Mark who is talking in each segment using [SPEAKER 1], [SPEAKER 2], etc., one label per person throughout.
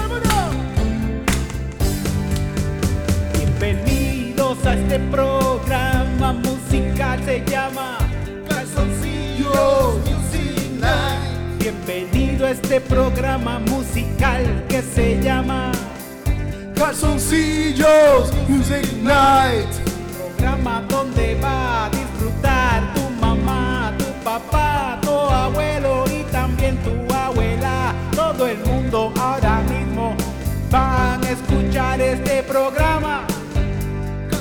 [SPEAKER 1] este programa musical se llama
[SPEAKER 2] Calzoncillos Music Night.
[SPEAKER 1] Bienvenido a este programa musical que se llama
[SPEAKER 2] Calzoncillos Music Night.
[SPEAKER 1] Programa donde va a disfrutar tu mamá, tu papá, tu abuelo y también tu abuela. Todo el mundo ahora mismo van a escuchar este programa.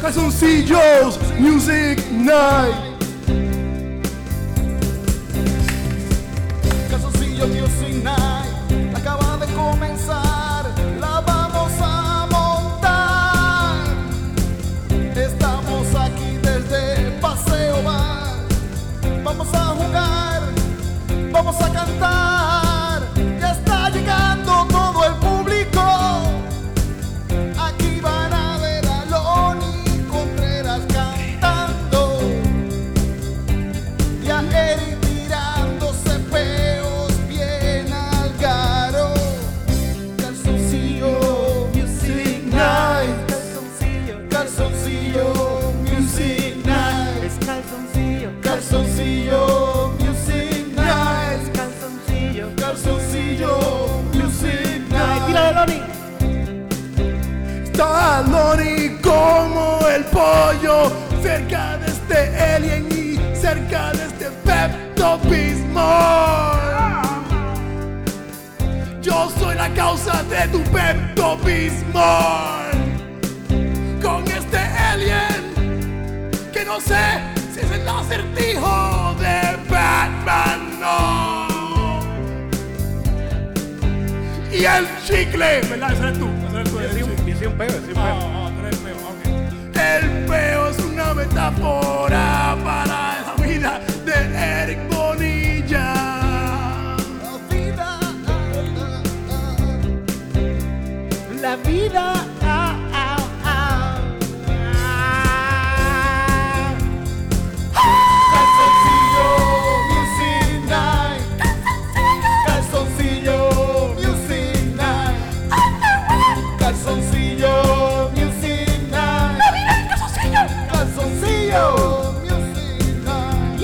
[SPEAKER 2] Calzoncillos Music Night. Calzoncillos Music Night. Acaba de comenzar. La vamos a montar. Estamos aquí desde Paseo Bar. Vamos a jugar. Vamos a cantar. Ya está llegando todo el público. Aquí van a ver a Loni Contreras cantando y a Eric tirándose peos bien al garo. Calzoncillo Music Night,
[SPEAKER 1] Calzoncillo,
[SPEAKER 2] calzoncillo Music Night,
[SPEAKER 1] es calzoncillo,
[SPEAKER 2] calzoncillo Music Night,
[SPEAKER 1] calzoncillo.
[SPEAKER 2] calzoncillo Music
[SPEAKER 1] Ay,
[SPEAKER 2] Night.
[SPEAKER 1] tírale, Loni.
[SPEAKER 2] Está Loni como el pollo cerca de este alien y cerca de este Pepto Bismol. Yo soy la causa de tu Pepto Bismol. Con este alien que no sé si es el acertijo de Batman no. Y el chicle, ¿verdad? Ese eres tú, ese eres tú, el
[SPEAKER 1] Yo soy
[SPEAKER 2] chicle.
[SPEAKER 1] un- yo soy un peo, yo soy un peo.
[SPEAKER 2] El peo es una metáfora para la vida de Eric Bonilla.
[SPEAKER 1] La vida. ah, ah, ah, ah.
[SPEAKER 3] Oh.
[SPEAKER 2] Calzoncillo Music Night. Calzoncillo Music Night. Calzoncillo Music Night.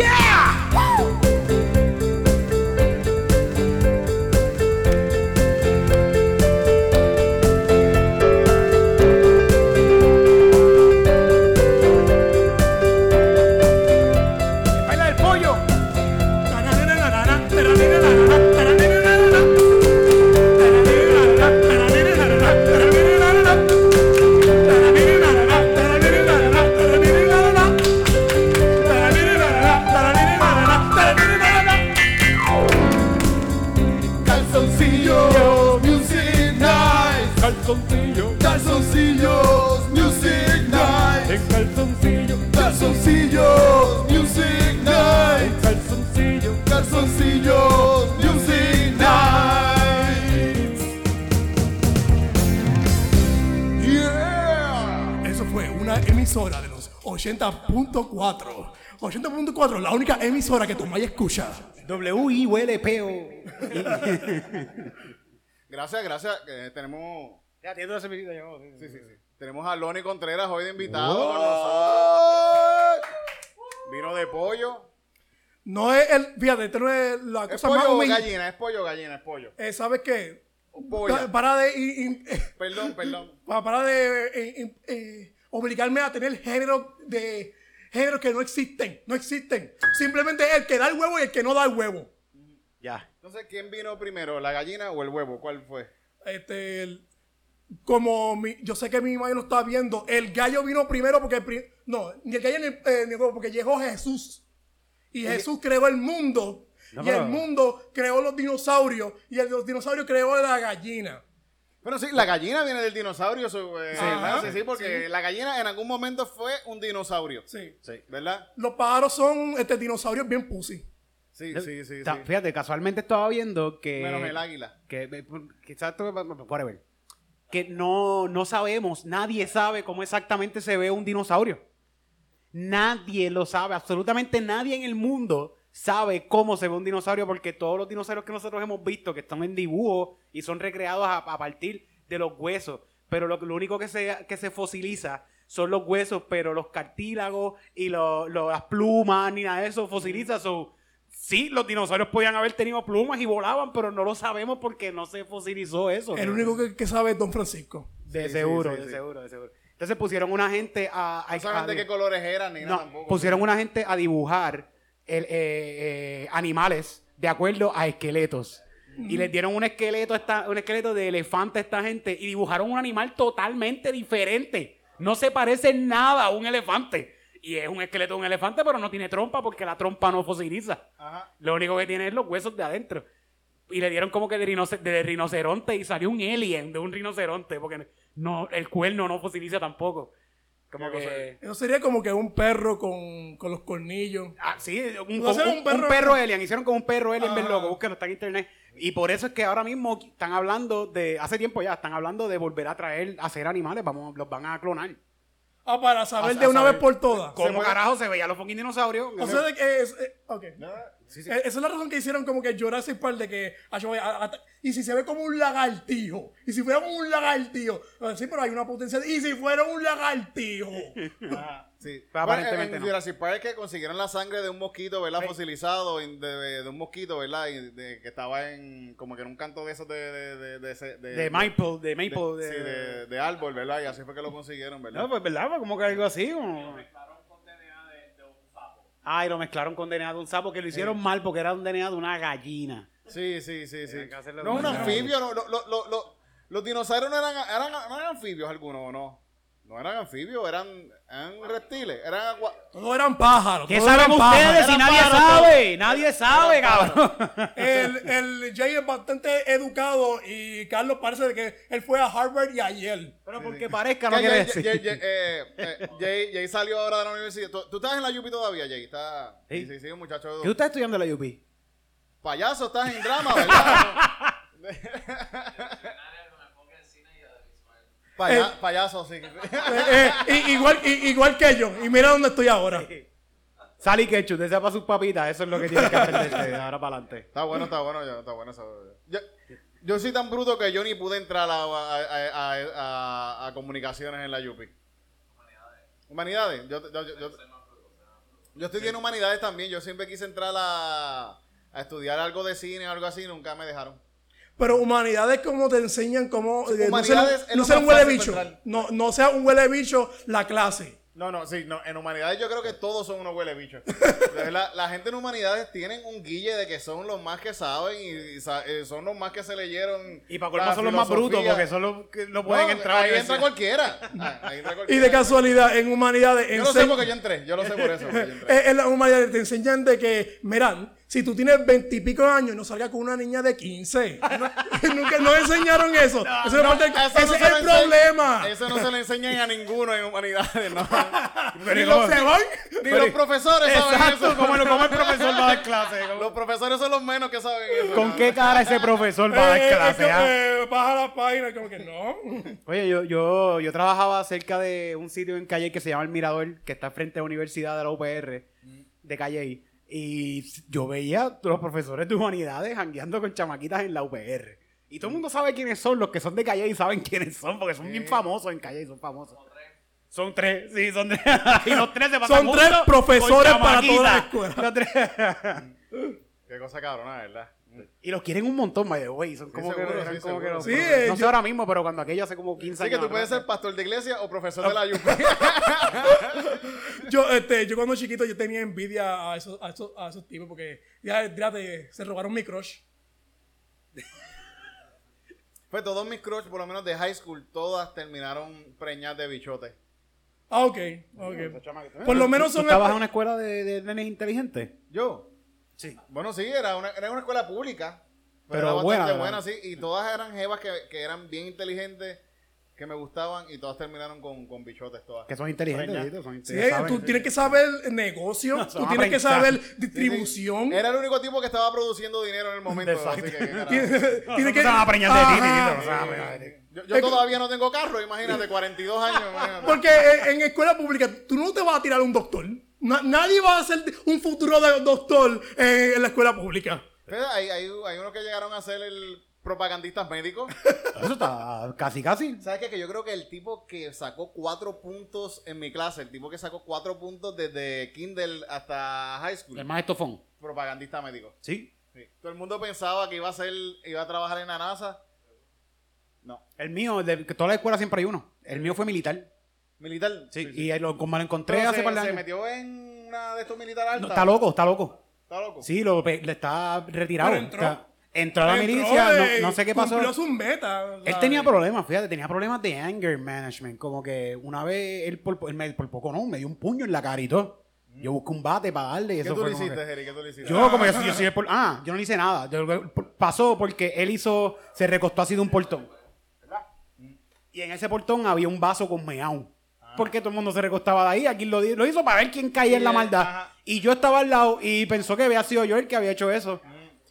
[SPEAKER 1] Baila el pollo.
[SPEAKER 2] Calzoncillos Music Night.
[SPEAKER 1] Calzoncillo,
[SPEAKER 2] Calzoncillos Music Night.
[SPEAKER 1] en calzoncillo,
[SPEAKER 2] Calzoncillos Music Night.
[SPEAKER 1] calzoncillo.
[SPEAKER 2] Calzoncillos Music Night. Yeah. Eso fue una emisora de los 80.4. 80.4, la única emisora que tu maya escucha.
[SPEAKER 1] W-I-U-L-P-O.
[SPEAKER 4] Gracias, gracias. que tenemos,
[SPEAKER 1] Ya, tiene toda esa medida, yo. Sí, sí, sí.
[SPEAKER 4] tenemos a Loni Contreras hoy de invitado. con nosotros. Vino de pollo.
[SPEAKER 2] No es el, fíjate, esto no es la
[SPEAKER 4] Es
[SPEAKER 2] cosa más
[SPEAKER 4] pollo o
[SPEAKER 2] humilde.
[SPEAKER 4] gallina, es pollo o gallina, es pollo.
[SPEAKER 2] Eh, ¿Sabes qué?
[SPEAKER 4] O polla.
[SPEAKER 2] Para de, in- in-
[SPEAKER 4] Perdón, perdón.
[SPEAKER 2] Pa- para de eh, eh, eh, obligarme a tener género de géneros que no existen, no existen. Simplemente el que da el huevo y el que no da el huevo.
[SPEAKER 1] Ya.
[SPEAKER 4] Entonces, ¿quién vino primero, la gallina o el huevo? ¿Cuál fue?
[SPEAKER 2] Este, el- como mi- yo sé que mi madre lo está viendo, el gallo vino primero porque el pri- no, ni el gallo ni, el- eh, ni el huevo, porque llegó Jesús. Y Jesús creó el mundo.
[SPEAKER 1] No,
[SPEAKER 2] y
[SPEAKER 1] pero-
[SPEAKER 2] el mundo creó los dinosaurios. Y el, los dinosaurios creó la gallina.
[SPEAKER 4] Bueno, sí, la gallina viene del dinosaurio. eso, eh,
[SPEAKER 2] Sí.
[SPEAKER 4] ¿verdad?
[SPEAKER 2] Ajá.
[SPEAKER 4] sí, sí, porque la gallina en algún momento fue un dinosaurio.
[SPEAKER 2] Sí.
[SPEAKER 4] Sí. ¿Verdad?
[SPEAKER 2] Los pájaros son este, dinosaurios bien pussy.
[SPEAKER 4] Sí, sí, sí. sí.
[SPEAKER 3] Ta- Fíjate, casualmente estaba viendo que.
[SPEAKER 4] Menos el águila.
[SPEAKER 3] que eh, por- quizás tú- whatever. Que no, no sabemos, nadie sabe cómo exactamente se ve un dinosaurio. Nadie lo sabe, absolutamente nadie en el mundo sabe cómo se ve un dinosaurio porque todos los dinosaurios que nosotros hemos visto que están en dibujo y son recreados a, a partir de los huesos, pero lo, lo único que se, que se fosiliza son los huesos, pero los cartílagos y lo- lo- las plumas ni nada de eso
[SPEAKER 4] Mm.
[SPEAKER 3] fosiliza. So, sí, los dinosaurios podían haber tenido plumas y volaban, pero no lo sabemos porque no se fosilizó eso.
[SPEAKER 2] El
[SPEAKER 3] ¿no?
[SPEAKER 2] único que, que sabe es Don Francisco.
[SPEAKER 3] De
[SPEAKER 4] Sí, sí,
[SPEAKER 3] seguro,
[SPEAKER 4] sí,
[SPEAKER 3] de
[SPEAKER 4] sí.
[SPEAKER 3] seguro, de seguro. Entonces pusieron una gente a... a-
[SPEAKER 4] No saben
[SPEAKER 3] a-
[SPEAKER 4] de qué colores eran ni nada
[SPEAKER 3] Ah, no,
[SPEAKER 4] tampoco.
[SPEAKER 3] pusieron una gente a dibujar el, eh, eh, animales de acuerdo a esqueletos. Y les dieron un esqueleto, a esta, un esqueleto de elefante a esta gente y dibujaron un animal totalmente diferente. No se parece en nada a un elefante. Y es un esqueleto de un elefante, pero no tiene trompa porque la trompa no fosiliza.
[SPEAKER 4] Ajá.
[SPEAKER 3] Lo único que tiene es los huesos de adentro. Y le dieron como que de, rinoce- de rinoceronte y salió un alien de un rinoceronte porque no, el cuerno no fosiliza tampoco. Como
[SPEAKER 4] Qué
[SPEAKER 3] que...
[SPEAKER 2] Eso sería como que un perro con, con los cornillos.
[SPEAKER 3] Ah, sí, un,
[SPEAKER 2] Pudo ser
[SPEAKER 3] un-
[SPEAKER 2] un
[SPEAKER 3] un perro,
[SPEAKER 2] perro-
[SPEAKER 3] alien. Hicieron con un perro alien,
[SPEAKER 2] Ajá.
[SPEAKER 3] bien loco. Búsquenlo, está en internet. Y por eso es que ahora mismo están hablando de. Hace tiempo ya, están hablando de volver a traer, a hacer animales. Vamos, los van a clonar.
[SPEAKER 2] Ah, para saber
[SPEAKER 3] A-
[SPEAKER 2] de
[SPEAKER 3] a
[SPEAKER 2] una
[SPEAKER 3] saber.
[SPEAKER 2] vez por todas.
[SPEAKER 3] ¿Cómo
[SPEAKER 4] puede-
[SPEAKER 3] carajo se veían los fucking dinosaurios?
[SPEAKER 2] O sea, de que es- eh, ok.
[SPEAKER 4] Ah, sí, sí.
[SPEAKER 2] Eh, Esa es la razón que hicieron como que Jurassic Park de que... ah, yo voy a- a- y si se ve como un lagartijo. Y si fuera como un lagartijo. Ah, Sí, pero hay una potencia... de- Y si fuera un lagartijo.
[SPEAKER 4] Ah, sí.
[SPEAKER 3] Pero
[SPEAKER 4] Bueno,
[SPEAKER 3] aparentemente
[SPEAKER 4] en
[SPEAKER 3] no.
[SPEAKER 4] Jurassic Park es que consiguieron la sangre de un mosquito, ¿verdad? Fosilizado, y de, de- de un mosquito, ¿verdad? Y de, que estaba en como que en un canto de esos de... De, de, de, ese- de-
[SPEAKER 3] de Maple, de
[SPEAKER 4] de-
[SPEAKER 3] Maple. De,
[SPEAKER 4] sí, de- de árbol, ¿verdad? Y así fue que lo consiguieron, ¿verdad?
[SPEAKER 3] No, pues verdad, Fue como que algo así. como- Ay, lo mezclaron con DNA de un sapo que lo hicieron mal porque era un DNA de una gallina.
[SPEAKER 4] Sí, sí, sí, sí.
[SPEAKER 3] Tienen que hacerlo
[SPEAKER 4] No es un
[SPEAKER 3] con el
[SPEAKER 4] anfibio, no, lo- lo- lo- lo- los dinosaurios no eran, eran, no eran anfibios algunos, ¿o no? No eran anfibios, eran, eran reptiles, eran agua...
[SPEAKER 2] Todos eran pájaros.
[SPEAKER 3] ¿Qué
[SPEAKER 2] todos
[SPEAKER 3] saben
[SPEAKER 2] eran pájaros.
[SPEAKER 3] ustedes si
[SPEAKER 4] Eran
[SPEAKER 3] nadie
[SPEAKER 4] pájaros,
[SPEAKER 3] sabe? Nadie sabe, cabrón.
[SPEAKER 2] El, el Jay es bastante educado y Carlos parece de que él fue a Harvard y a Yale.
[SPEAKER 3] Pero porque parezca, no
[SPEAKER 4] Que
[SPEAKER 3] quiere
[SPEAKER 4] Jay-
[SPEAKER 3] decir.
[SPEAKER 4] Jay- Jay- eh, eh, Jay Jay salió ahora de la universidad. ¿Tú, tú estás en la Yupi todavía, Jay? Está,
[SPEAKER 3] Sí.
[SPEAKER 4] sí, sí, sí, un muchacho.
[SPEAKER 3] ¿Qué usted está estudiando en la UP?
[SPEAKER 4] Payaso, estás en drama, ¿verdad? Paya- payaso, sí.
[SPEAKER 2] Eh, eh, i- igual, i- igual que yo. Y mira dónde estoy ahora.
[SPEAKER 3] Sally Ketchup, usted sepa sus papitas, eso es lo que tiene que aprender de ahora para adelante.
[SPEAKER 4] Está bueno, está bueno, ya, está bueno eso. Yo, yo soy tan bruto que yo ni pude entrar a, a- a- a- a- a comunicaciones en la Yupi. Humanidades. Yo, yo- yo- yo- yo estudié en humanidades también. Yo siempre quise entrar a, a estudiar algo de cine o algo así y nunca me dejaron.
[SPEAKER 2] Pero humanidades como te enseñan cómo... eh, no ser,
[SPEAKER 4] Humanidades es
[SPEAKER 2] no
[SPEAKER 4] lo
[SPEAKER 2] ser un
[SPEAKER 4] más
[SPEAKER 2] huele
[SPEAKER 4] fácil
[SPEAKER 2] bicho.
[SPEAKER 4] para entrar.
[SPEAKER 2] No, no sea un huele bicho la clase.
[SPEAKER 4] No, no, sí, no, en humanidades yo creo que todos son unos huele bichos. De verdad, la gente en humanidades tienen un guille de que son los más que saben y, y sa- eh, son los más que se leyeron.
[SPEAKER 3] Y para colmo
[SPEAKER 4] la
[SPEAKER 3] son los más brutos
[SPEAKER 4] filosofía.
[SPEAKER 3] porque son los que no
[SPEAKER 4] No,
[SPEAKER 3] pueden entrar. a la
[SPEAKER 4] Ahí entra
[SPEAKER 3] universidad.
[SPEAKER 4] cualquiera. Ah, ahí entra
[SPEAKER 2] Y
[SPEAKER 4] cualquiera.
[SPEAKER 2] de casualidad, en humanidades...
[SPEAKER 4] Yo lo sé
[SPEAKER 2] enseñ-
[SPEAKER 4] porque yo entré, yo lo sé por eso. porque yo entré.
[SPEAKER 2] Eh, en la humanidad te enseñan de que, mira, si tú tienes veintipico años, no salgas con una niña de 15. No, nunca nos enseñaron eso. Eso es parte del-
[SPEAKER 4] Eso no
[SPEAKER 2] ese
[SPEAKER 4] se
[SPEAKER 2] es
[SPEAKER 4] lo
[SPEAKER 2] el
[SPEAKER 4] enseñan-
[SPEAKER 2] problema.
[SPEAKER 4] Eso no se lo enseñan a ninguno en humanidades, no.
[SPEAKER 2] Y los se van.
[SPEAKER 4] Ni los profesores saben
[SPEAKER 3] Exacto,
[SPEAKER 4] eso.
[SPEAKER 3] como lo como el profesor va a dar clase.
[SPEAKER 4] Los profesores son los menos que saben eso.
[SPEAKER 3] ¿Con
[SPEAKER 4] ¿no?
[SPEAKER 3] qué cara ese profesor va a
[SPEAKER 2] Eh,
[SPEAKER 3] dar
[SPEAKER 2] eh,
[SPEAKER 3] clase?
[SPEAKER 2] es como,
[SPEAKER 3] ah?
[SPEAKER 2] eh, baja la página, como que no.
[SPEAKER 3] Oye, yo, yo, yo trabajaba cerca de un sitio en Calle que se llama El Mirador, que está frente a la Universidad de la UPR de Calle. Y yo veía a los profesores de humanidades jangueando con chamaquitas en la UPR. Y todo el mundo sabe quiénes son, los que son de Calle y saben quiénes son, porque son bien famosos en Calle y son famosos. Son tres, sí, son tres. y los tres se pasan
[SPEAKER 2] Son tres
[SPEAKER 3] juntos
[SPEAKER 2] profesores
[SPEAKER 3] con
[SPEAKER 2] para toda la
[SPEAKER 3] chamaquitas. Los tres.
[SPEAKER 4] Qué cosa cabrona, ¿verdad?
[SPEAKER 3] Y los quieren un montón, by the way. Son como que,
[SPEAKER 4] seguro,
[SPEAKER 3] eran
[SPEAKER 4] sí,
[SPEAKER 3] como que
[SPEAKER 4] seguro.
[SPEAKER 3] los-
[SPEAKER 2] Sí,
[SPEAKER 3] no
[SPEAKER 2] eh,
[SPEAKER 3] sé ahora mismo, pero cuando aquello hace como 15
[SPEAKER 4] Así que
[SPEAKER 3] años.
[SPEAKER 4] tú puedes
[SPEAKER 3] atrás.
[SPEAKER 4] ser pastor de iglesia o profesor de
[SPEAKER 3] Ah,
[SPEAKER 4] la yupi.
[SPEAKER 2] Yo, este, yo cuando chiquito yo tenía envidia a esos, a esos, a esos tipos porque ya, fíjate, se robaron mi crush.
[SPEAKER 4] Pues todos mis crush, por lo menos de high school, todas terminaron preñadas de bichote.
[SPEAKER 2] Ah, ok, ok. Por lo menos
[SPEAKER 3] ¿Tú
[SPEAKER 2] son...
[SPEAKER 3] estabas en una escuela de, de nenes inteligentes?
[SPEAKER 4] ¿Yo?
[SPEAKER 3] Sí.
[SPEAKER 4] Bueno, sí, era una, era una escuela pública.
[SPEAKER 3] Pero
[SPEAKER 4] era
[SPEAKER 3] buena,
[SPEAKER 4] bastante
[SPEAKER 3] ¿verdad?
[SPEAKER 4] buena, sí. Y todas eran jevas que, que eran bien inteligentes, que me gustaban, y todas terminaron con, con bichotes todas.
[SPEAKER 3] Que son inteligentes,
[SPEAKER 4] Preña.
[SPEAKER 3] ¿viste? son
[SPEAKER 2] Sí,
[SPEAKER 3] inteligentes,
[SPEAKER 2] tú
[SPEAKER 3] saben.
[SPEAKER 2] tienes que saber negocio,
[SPEAKER 3] No, se
[SPEAKER 2] tú
[SPEAKER 3] van a
[SPEAKER 2] tienes que
[SPEAKER 3] pensar.
[SPEAKER 2] saber
[SPEAKER 4] Sí, sí.
[SPEAKER 2] distribución.
[SPEAKER 4] Era el único tipo que estaba produciendo dinero en el momento. así que, qué carajo.
[SPEAKER 3] No,
[SPEAKER 2] Tiene
[SPEAKER 3] no
[SPEAKER 2] que-
[SPEAKER 3] se van a preñar de ti,
[SPEAKER 2] Ajá.
[SPEAKER 3] titito, no se van a preñar de ti.
[SPEAKER 4] yo, yo todavía no tengo carro, imagínate, 42 años. imagínate.
[SPEAKER 2] Porque eh, en escuela pública tú no te vas a tirar un doctor. Na- nadie va a ser un futuro de- doctor eh, en la escuela pública.
[SPEAKER 4] Pues Pero Hay, hay, hay unos que llegaron a hacer el propagandistas médicos.
[SPEAKER 3] Eso está casi, casi.
[SPEAKER 4] ¿Sabes qué? Que yo creo que el tipo que sacó cuatro puntos en mi clase, el tipo que sacó cuatro puntos desde Kindle hasta high school,
[SPEAKER 3] El más estofón.
[SPEAKER 4] propagandista médico.
[SPEAKER 3] Sí.
[SPEAKER 4] Sí. Todo el mundo pensaba que iba a ser, iba a trabajar en la NASA. No.
[SPEAKER 3] El mío, de que toda la escuela siempre hay uno. El mío fue militar.
[SPEAKER 4] Militar.
[SPEAKER 3] Sí. Y ahí lo, como lo encontré
[SPEAKER 4] Pero
[SPEAKER 3] hace
[SPEAKER 4] se,
[SPEAKER 3] par de
[SPEAKER 4] se
[SPEAKER 3] años.
[SPEAKER 4] metió en una de estos militares alta.
[SPEAKER 3] No, está loco, está loco.
[SPEAKER 4] Está loco.
[SPEAKER 3] Sí, lo, pe- le está retirado.
[SPEAKER 2] Pero entró.
[SPEAKER 3] Está- entró a la
[SPEAKER 2] Entró,
[SPEAKER 3] milicia,
[SPEAKER 2] eh,
[SPEAKER 3] no, no sé qué pasó.
[SPEAKER 2] Cumplió sus metas.
[SPEAKER 3] Él tenía problemas, fíjate, tenía problemas de anger management. Como que una vez él por, po- él me- por poco no, me dio un puño en la cara y todo. Yo busqué un bate para darle y
[SPEAKER 4] Mm. ¿Qué
[SPEAKER 3] eso
[SPEAKER 4] tú
[SPEAKER 3] fue
[SPEAKER 4] le
[SPEAKER 3] como
[SPEAKER 4] hiciste,
[SPEAKER 3] que-
[SPEAKER 4] Jerry? ¿Qué tú le hiciste?
[SPEAKER 3] Yo, como yo, soy- yo soy el por- Ah, yo no le hice nada. Yo- por- pasó porque él hizo. Se recostó así de un portón. Y en ese portón había un vaso con meao.
[SPEAKER 4] Ah.
[SPEAKER 3] Porque todo el mundo se recostaba de ahí. Aquí lo, di- lo hizo para ver quién caía en la
[SPEAKER 4] Sí,
[SPEAKER 3] maldad.
[SPEAKER 4] ajá.
[SPEAKER 3] Y yo estaba al lado y pensó que había sido yo el que había hecho eso.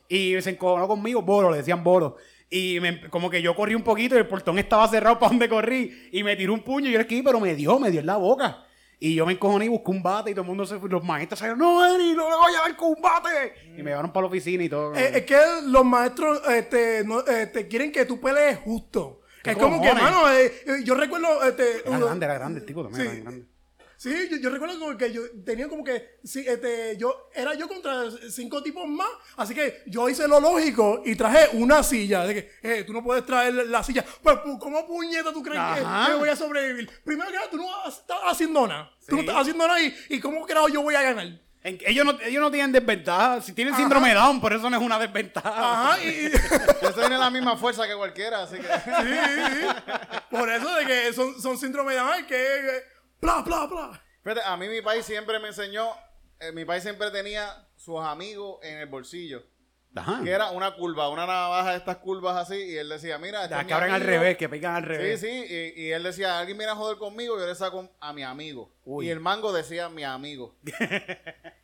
[SPEAKER 3] Y se encojonó conmigo, bolo, le decían bolo. Y me- como que yo corrí un poquito y el portón estaba cerrado para donde corrí. Y me tiró un puño y yo le esquivé, pero me dio, me dio en la boca. Y yo me encojoné y busqué un bate y todo el mundo se fue. Los maestros salieron, no, Eri, no le voy a dar con un bate. Y me llevaron para la oficina y todo.
[SPEAKER 2] Eh, es que los maestros este, no, este, quieren que tú pelees justo.
[SPEAKER 3] ¿Qué
[SPEAKER 2] Es como que,
[SPEAKER 3] cojones?
[SPEAKER 2] hermano, yo recuerdo. Este,
[SPEAKER 3] era
[SPEAKER 2] uno-
[SPEAKER 3] grande, era grande el tipo también.
[SPEAKER 2] Sí.
[SPEAKER 3] era grande.
[SPEAKER 2] Sí, yo, yo recuerdo como que yo tenía como que, sí, este, yo, era yo contra cinco tipos más, así que yo hice lo lógico y traje una silla, de que, eh, tú no puedes traer la silla, pues, pu- ¿cómo puñeta tú crees que
[SPEAKER 3] Ajá.
[SPEAKER 2] yo voy a sobrevivir? Primero que nada, tú no vas- estás haciendo nada, tú no
[SPEAKER 3] Sí.
[SPEAKER 2] estás haciendo nada y, y ¿cómo carajo yo voy a ganar?
[SPEAKER 3] En- ellos, no, ellos no tienen desventaja. Si tienen síndrome de Down, por eso no es una desventaja.
[SPEAKER 2] Ajá, y, y-
[SPEAKER 4] Eso tiene la misma fuerza que cualquiera, así que...
[SPEAKER 2] Sí, sí, sí. Por eso de que son, son síndromes de ay, que que- bla, bla, bla.
[SPEAKER 4] Fíjate, a mí mi país siempre me enseñó... eh, mi país siempre tenía sus amigos en el bolsillo.
[SPEAKER 3] Ajá.
[SPEAKER 4] Que era una curva, una navaja de estas curvas así. Y él decía, mira... este
[SPEAKER 3] Las
[SPEAKER 4] es mi
[SPEAKER 3] que abren al
[SPEAKER 4] amigo.
[SPEAKER 3] revés, que pegan al revés.
[SPEAKER 4] Sí, sí. Y, y él decía, alguien viene a joder conmigo, yo le saco a mi amigo.
[SPEAKER 3] Uy.
[SPEAKER 4] Y el mango decía, mi amigo.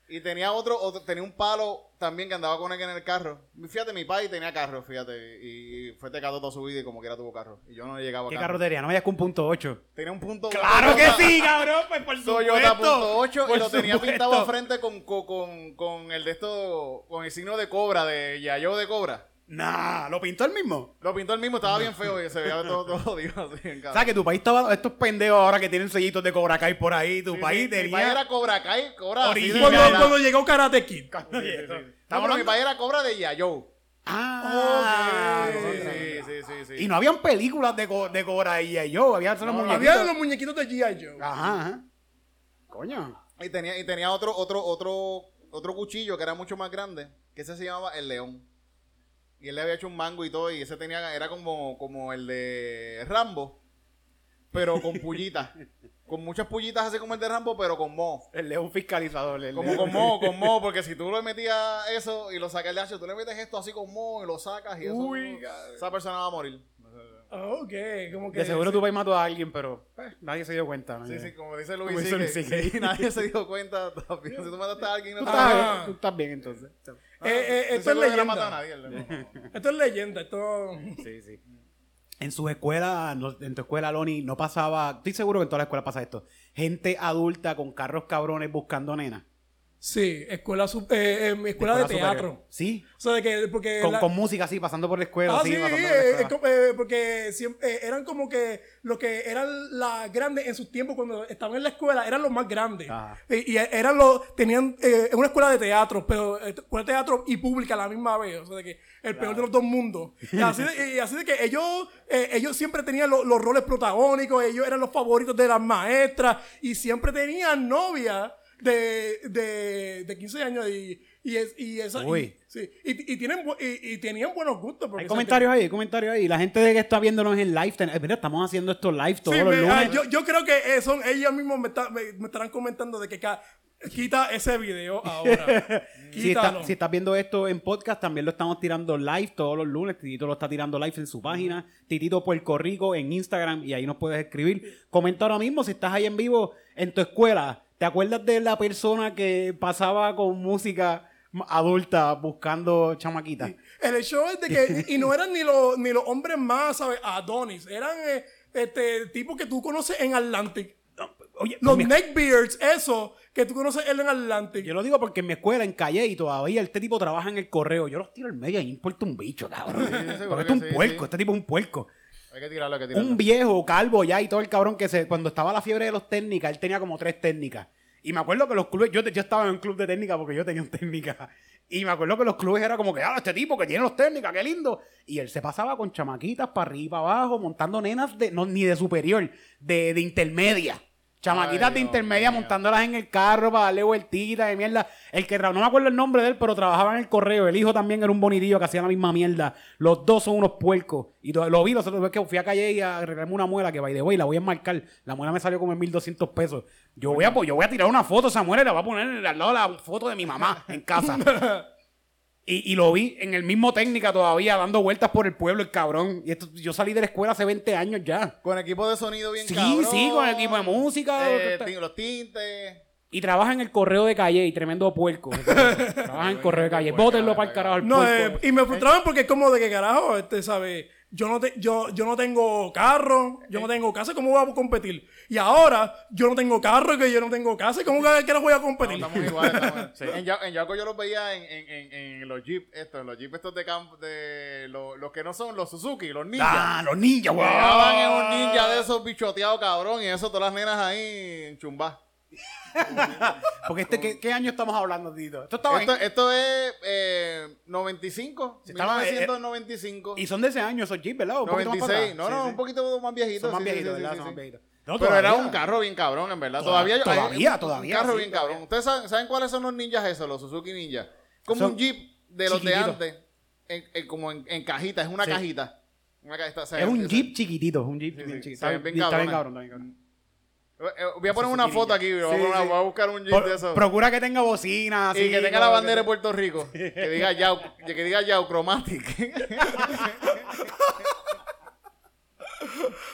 [SPEAKER 4] y tenía otro, otro- tenía un palo también que andaba con él en el carro. Fíjate, mi padre tenía carro, fíjate. Y, y fue tecado toda su vida y como quiera tuvo carro. Y yo no llegaba a
[SPEAKER 3] ¿Qué
[SPEAKER 4] carro.
[SPEAKER 3] carrotería? No vayas con un punto 8.
[SPEAKER 4] Tenía un punto...
[SPEAKER 3] ¡Claro que sí, cabrón! Pues por
[SPEAKER 4] Toyota punto
[SPEAKER 3] supuesto.
[SPEAKER 4] ocho, y
[SPEAKER 3] por
[SPEAKER 4] lo tenía
[SPEAKER 3] supuesto.
[SPEAKER 4] pintado a frente con, con, con- con el de esto, con el signo de cobra, de Yayo de cobra.
[SPEAKER 3] Nah, lo pintó él mismo.
[SPEAKER 4] Lo pintó él mismo, estaba bien feo y se veía todo, todo jodido así en
[SPEAKER 3] O sea, que tu país estaba... Estos pendejos ahora que tienen sellitos de Cobra Kai por ahí, tu país
[SPEAKER 4] mi,
[SPEAKER 3] tenía...
[SPEAKER 4] mi país era Cobra Kai, Cobra así de
[SPEAKER 3] Original.
[SPEAKER 2] Cuando,
[SPEAKER 4] gala.
[SPEAKER 2] cuando llegó Karate Kid.
[SPEAKER 4] Sí, sí, sí. No,
[SPEAKER 3] Estamos
[SPEAKER 4] pero mi
[SPEAKER 3] hablando-
[SPEAKER 4] país era Cobra de Yayo.
[SPEAKER 3] Ah,
[SPEAKER 4] Sí, sí, sí, sí.
[SPEAKER 3] Y no habían películas de, co- de Cobra y yo, había solo muñequitos.
[SPEAKER 2] Había los muñequitos de G.I. Joe.
[SPEAKER 3] Ajá, ajá. Coño.
[SPEAKER 4] Y tenía, y tenía otro, otro, otro, otro cuchillo que era mucho más grande, que ese se llamaba el león. Y él le había hecho un mango y todo, y ese tenía, era como, como el de Rambo, pero con pullitas. con muchas pullitas así como el de Rambo, pero con mo.
[SPEAKER 3] El león fiscalizador. el
[SPEAKER 4] Como
[SPEAKER 3] león.
[SPEAKER 4] con mo, con mo, porque si tú le metías eso y lo sacas de hacha, tú le metes esto así con mo y lo sacas y eso,
[SPEAKER 2] Uy,
[SPEAKER 4] esa persona va a morir.
[SPEAKER 2] Ah, Ok, como que.
[SPEAKER 3] De seguro tu país mató a alguien, pero eh, nadie se dio cuenta. ¿no?
[SPEAKER 4] Sí, sí, como dice Luis,
[SPEAKER 3] Como dice Luis
[SPEAKER 4] sí,
[SPEAKER 3] Sique.
[SPEAKER 4] que- sí, nadie se dio cuenta. todavía. Si tú mataste a alguien, no
[SPEAKER 3] Tú
[SPEAKER 4] te-
[SPEAKER 3] estás,
[SPEAKER 2] Ah.
[SPEAKER 3] tú estás bien entonces.
[SPEAKER 2] Eh, eh, esto
[SPEAKER 4] Estoy
[SPEAKER 2] es
[SPEAKER 4] seguro que no mató a
[SPEAKER 2] leyenda.
[SPEAKER 4] nadie, el loco.
[SPEAKER 2] Esto es leyenda. Esto.
[SPEAKER 3] Sí, sí. En sus escuelas, no- en tu escuela, Loni, no pasaba. Estoy seguro que en toda la escuela pasa esto. Gente adulta con carros cabrones buscando nenas.
[SPEAKER 2] Sí, escuela. sub- eh, eh, mi escuela, de
[SPEAKER 3] superior.
[SPEAKER 2] teatro.
[SPEAKER 3] Sí.
[SPEAKER 2] O sea, de que. Porque
[SPEAKER 3] Con,
[SPEAKER 2] la-
[SPEAKER 3] con música así, pasando por la escuela.
[SPEAKER 2] Ah,
[SPEAKER 3] así,
[SPEAKER 2] sí,
[SPEAKER 3] pasando por la
[SPEAKER 2] eh,
[SPEAKER 3] escuela.
[SPEAKER 2] eh, com- eh, porque siempre, eh, eran como que los que eran las grandes en sus tiempos cuando estaban en la escuela eran los más grandes. Eh,
[SPEAKER 3] Ajá.
[SPEAKER 2] Y, y eran los, tenían eh, una escuela de teatro, pero eh, escuela de teatro y pública a la misma vez. O sea, de que el peor de los dos mundos. Y así de, y así de que ellos, eh, ellos siempre tenían lo- los roles protagónicos, ellos eran los favoritos de las maestras y siempre tenían novia de, de, de 15 años y, y, es- y esa- y-
[SPEAKER 3] Uy.
[SPEAKER 2] sí, y- y tienen, bu- y, y tenían buenos gustos. porque
[SPEAKER 3] Hay
[SPEAKER 2] se-
[SPEAKER 3] comentarios ahí, hay comentarios ahí. La gente de que está viéndonos en live. ten- eh, mira, estamos haciendo esto live todos
[SPEAKER 2] Sí,
[SPEAKER 3] los
[SPEAKER 2] me-
[SPEAKER 3] lunes.
[SPEAKER 2] ah, yo, yo creo que eh, son ellos mismos me, está- me- me estarán comentando de que ca- quita ese video ahora.
[SPEAKER 3] Si, está-
[SPEAKER 2] Quítalo.
[SPEAKER 3] si estás viendo esto en podcast, también lo estamos tirando live todos los lunes. Titito lo está tirando live en su página, Titito Puerto Rico en Instagram, y ahí nos puedes escribir. Comenta ahora mismo si estás ahí en vivo en tu escuela. ¿Te acuerdas de la persona que pasaba con música m- adulta buscando chamaquitas?
[SPEAKER 2] El hecho es de que y no eran ni los ni los hombres más, ¿sabes? Adonis, eran eh, este tipo que tú conoces en Atlantic.
[SPEAKER 3] Oye,
[SPEAKER 2] Los
[SPEAKER 3] me-
[SPEAKER 2] neckbeards, eso, que tú conoces él en Atlantic.
[SPEAKER 3] yo lo digo porque en mi escuela, en Calle, y todavía este tipo trabaja en el correo. Yo los tiro al medio y me importa un bicho, cabrón.
[SPEAKER 4] Sí, sí, seguro
[SPEAKER 3] Pero este
[SPEAKER 4] que
[SPEAKER 3] es un
[SPEAKER 4] sí,
[SPEAKER 3] puerco,
[SPEAKER 4] sí.
[SPEAKER 3] este tipo es un puerco.
[SPEAKER 4] Hay que tirarlo, hay que tirarlo.
[SPEAKER 3] un viejo calvo ya y todo el cabrón que se cuando estaba la fiebre de los técnicas él tenía como tres técnicas y me acuerdo que los clubes yo, te- yo estaba en un club de técnica porque yo tenía un técnica y me acuerdo que los clubes era como que ah este tipo que tiene los técnicas qué lindo y él se pasaba con chamaquitas para arriba para abajo montando nenas de no ni de superior de, de intermedia chamaquitas
[SPEAKER 4] Ay,
[SPEAKER 3] de
[SPEAKER 4] Dios
[SPEAKER 3] intermedia
[SPEAKER 4] mío.
[SPEAKER 3] montándolas en el carro para darle vueltitas de mierda el que tra- no me acuerdo el nombre de él pero trabajaba en el correo el hijo también era un bonitillo que hacía la misma mierda los dos son unos puercos y to- lo vi los otros que fui a calle y a arreglarme una muela que by the way la voy a marcar la muela me salió como en 1200 pesos yo voy a po- yo voy a tirar una foto esa muela y la voy a poner al lado de la foto de mi mamá en casa y, y lo vi en el mismo técnica todavía dando vueltas por el pueblo el cabrón y esto, yo salí de la escuela hace 20 años ya
[SPEAKER 4] Con equipo de sonido bien
[SPEAKER 3] Sí,
[SPEAKER 4] cabrón.
[SPEAKER 3] sí, con equipo de música,
[SPEAKER 4] eh,
[SPEAKER 3] lo que está-
[SPEAKER 4] tin- los tintes.
[SPEAKER 3] Y trabaja en el correo de calle y tremendo puerco. trabaja en el correo de calle. Bótenlo para el carajo al
[SPEAKER 2] No, eh,
[SPEAKER 3] puerco.
[SPEAKER 2] y me frustraban porque es como de que carajo, este, ¿sabes? Yo no, te- yo, yo no tengo carro, yo no tengo casa, ¿cómo voy a competir? Y ahora, yo no tengo carro, que yo no tengo casa, ¿cómo que que no voy a
[SPEAKER 4] No,
[SPEAKER 2] competir?
[SPEAKER 4] estamos iguales. estamos- En, Ya- en Yaco yo los veía en, en, en, en los jeep estos, en los jeep estos de campo, de lo- los que no son los Suzuki, los ninjas.
[SPEAKER 3] Ah, los ninjas, weón.
[SPEAKER 4] Llegaban en un ninja
[SPEAKER 3] Ah.
[SPEAKER 4] de esos bichoteados cabrón y eso todas las nenas ahí en chumbá.
[SPEAKER 3] Porque este, ¿qué, qué año estamos hablando, Tito? Esto estaba en-
[SPEAKER 4] Esto, esto es eh, 95,
[SPEAKER 3] Se estaba-
[SPEAKER 4] 1995,
[SPEAKER 3] eh. Y son de ese año esos jeeps, ¿verdad? Un poquito más para
[SPEAKER 4] 96.
[SPEAKER 3] atrás.
[SPEAKER 4] No,
[SPEAKER 3] Sí,
[SPEAKER 4] no,
[SPEAKER 3] sí.
[SPEAKER 4] un poquito más
[SPEAKER 3] Son
[SPEAKER 4] viejito.
[SPEAKER 3] más
[SPEAKER 4] sí, sí,
[SPEAKER 3] viejitos,
[SPEAKER 4] sí,
[SPEAKER 3] ¿verdad?
[SPEAKER 4] sí,
[SPEAKER 3] Son
[SPEAKER 4] sí.
[SPEAKER 3] más viejitos. No,
[SPEAKER 4] Pero
[SPEAKER 3] todavía.
[SPEAKER 4] era un carro bien cabrón, en verdad.
[SPEAKER 3] Toda-
[SPEAKER 4] Todavía, yo-
[SPEAKER 3] todavía,
[SPEAKER 4] un-
[SPEAKER 3] todavía,
[SPEAKER 4] Un carro
[SPEAKER 3] sí,
[SPEAKER 4] bien
[SPEAKER 3] todavía.
[SPEAKER 4] cabrón. ¿Ustedes saben, saben cuáles son los ninjas esos, los Suzuki Ninja? Como
[SPEAKER 3] Son
[SPEAKER 4] un jeep de los de
[SPEAKER 3] chiquititos.
[SPEAKER 4] antes, en- en- como en, en cajita, es una
[SPEAKER 3] Sí.
[SPEAKER 4] cajita. Una cajita. o sea,
[SPEAKER 3] Es un
[SPEAKER 4] esa-
[SPEAKER 3] jeep chiquitito, un jeep
[SPEAKER 4] Sí, sí,
[SPEAKER 3] bien
[SPEAKER 4] se
[SPEAKER 3] chiquito. Está
[SPEAKER 4] ven
[SPEAKER 3] bien
[SPEAKER 4] bien
[SPEAKER 3] está bien cabrón,
[SPEAKER 4] cabrones.
[SPEAKER 3] está bien cabrón.
[SPEAKER 4] Eh, eh, Voy a poner
[SPEAKER 3] Suzuki
[SPEAKER 4] una foto
[SPEAKER 3] Ninja.
[SPEAKER 4] aquí, voy a,
[SPEAKER 3] Sí,
[SPEAKER 4] poner una-
[SPEAKER 3] sí.
[SPEAKER 4] voy a buscar un jeep de
[SPEAKER 3] Pro-
[SPEAKER 4] esos.
[SPEAKER 3] Procura que tenga bocina.
[SPEAKER 4] Y
[SPEAKER 3] así,
[SPEAKER 4] que tenga
[SPEAKER 3] ¿no?
[SPEAKER 4] la bandera de Puerto Rico. Que diga Yau, que diga Yau Chromatic.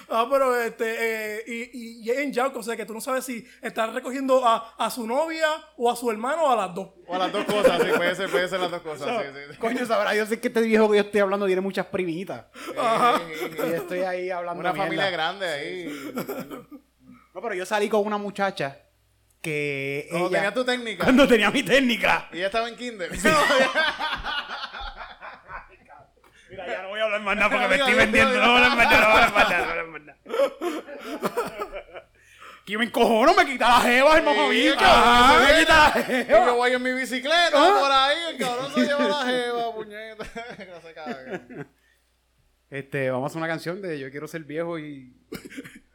[SPEAKER 2] Ah, pero este, eh, y, y, y es en Yauco, o sea que tú no sabes si estás recogiendo a, a su novia o a su hermano o a las dos.
[SPEAKER 4] O las dos cosas, sí, puede ser, puede ser las dos cosas.
[SPEAKER 3] No,
[SPEAKER 4] sí, sí, sí.
[SPEAKER 3] Coño, sabrá, yo sé que este viejo que yo estoy hablando tiene muchas primitas.
[SPEAKER 4] Sí, sí,
[SPEAKER 3] Y yo estoy ahí hablando
[SPEAKER 4] Una familia
[SPEAKER 3] mierda.
[SPEAKER 4] grande ahí.
[SPEAKER 3] No, pero yo salí con una muchacha que
[SPEAKER 4] Cuando
[SPEAKER 3] ella-
[SPEAKER 4] tenías tu técnica.
[SPEAKER 3] cuando tenía mi técnica.
[SPEAKER 4] Y ella estaba en kinder.
[SPEAKER 3] Mira, ya no voy a hablar más nada porque me
[SPEAKER 4] Diga,
[SPEAKER 3] estoy
[SPEAKER 4] diga,
[SPEAKER 3] vendiendo.
[SPEAKER 4] diga.
[SPEAKER 3] No voy a hablar más nada, no voy a hablar más nada, no voy a hablar más nada. Que me encojono, me quita la jeva el mojovicho.
[SPEAKER 4] Sí, cabrón,
[SPEAKER 3] Ajá,
[SPEAKER 4] eso
[SPEAKER 3] me
[SPEAKER 4] es.
[SPEAKER 3] quita la
[SPEAKER 4] Y
[SPEAKER 3] jeva.
[SPEAKER 4] yo voy en mi bicicleta por ahí. El cabrón se lleva la jeva, puñeta. No se caga.
[SPEAKER 3] Este, vamos a hacer una canción de Yo quiero ser viejo y...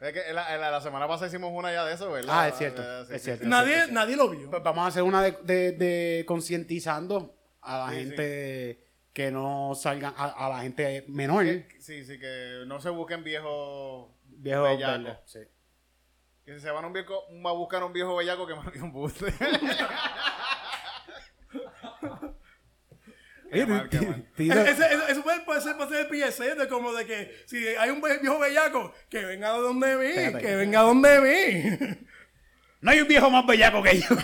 [SPEAKER 4] Es que la, la, la semana pasada hicimos una ya de eso, ¿verdad?
[SPEAKER 3] Ah, es cierto,
[SPEAKER 4] Sí, sí,
[SPEAKER 3] es
[SPEAKER 4] sí,
[SPEAKER 3] cierto.
[SPEAKER 4] sí.
[SPEAKER 2] Nadie, nadie lo vio.
[SPEAKER 3] Pues vamos a hacer una de, de- de concientizando a la
[SPEAKER 4] Sí, sí.
[SPEAKER 3] gente que no salgan, a, a la gente menor.
[SPEAKER 4] Que- Sí, sí, que no se busquen viejos
[SPEAKER 3] Viejo
[SPEAKER 4] bellacos.
[SPEAKER 3] verlo, sí.
[SPEAKER 4] Que si se van a un viejo, va a buscar a un viejo bellaco que más un buste. Qué mal, qué mal.
[SPEAKER 3] Tito-
[SPEAKER 2] E, Ese- ese- eso puede, puede ser parte del PSC, de como de que si hay un ve- viejo bellaco, que venga donde mí,
[SPEAKER 3] Espérate.
[SPEAKER 2] que venga donde mí.
[SPEAKER 3] No hay un viejo más bellaco que yo.
[SPEAKER 4] No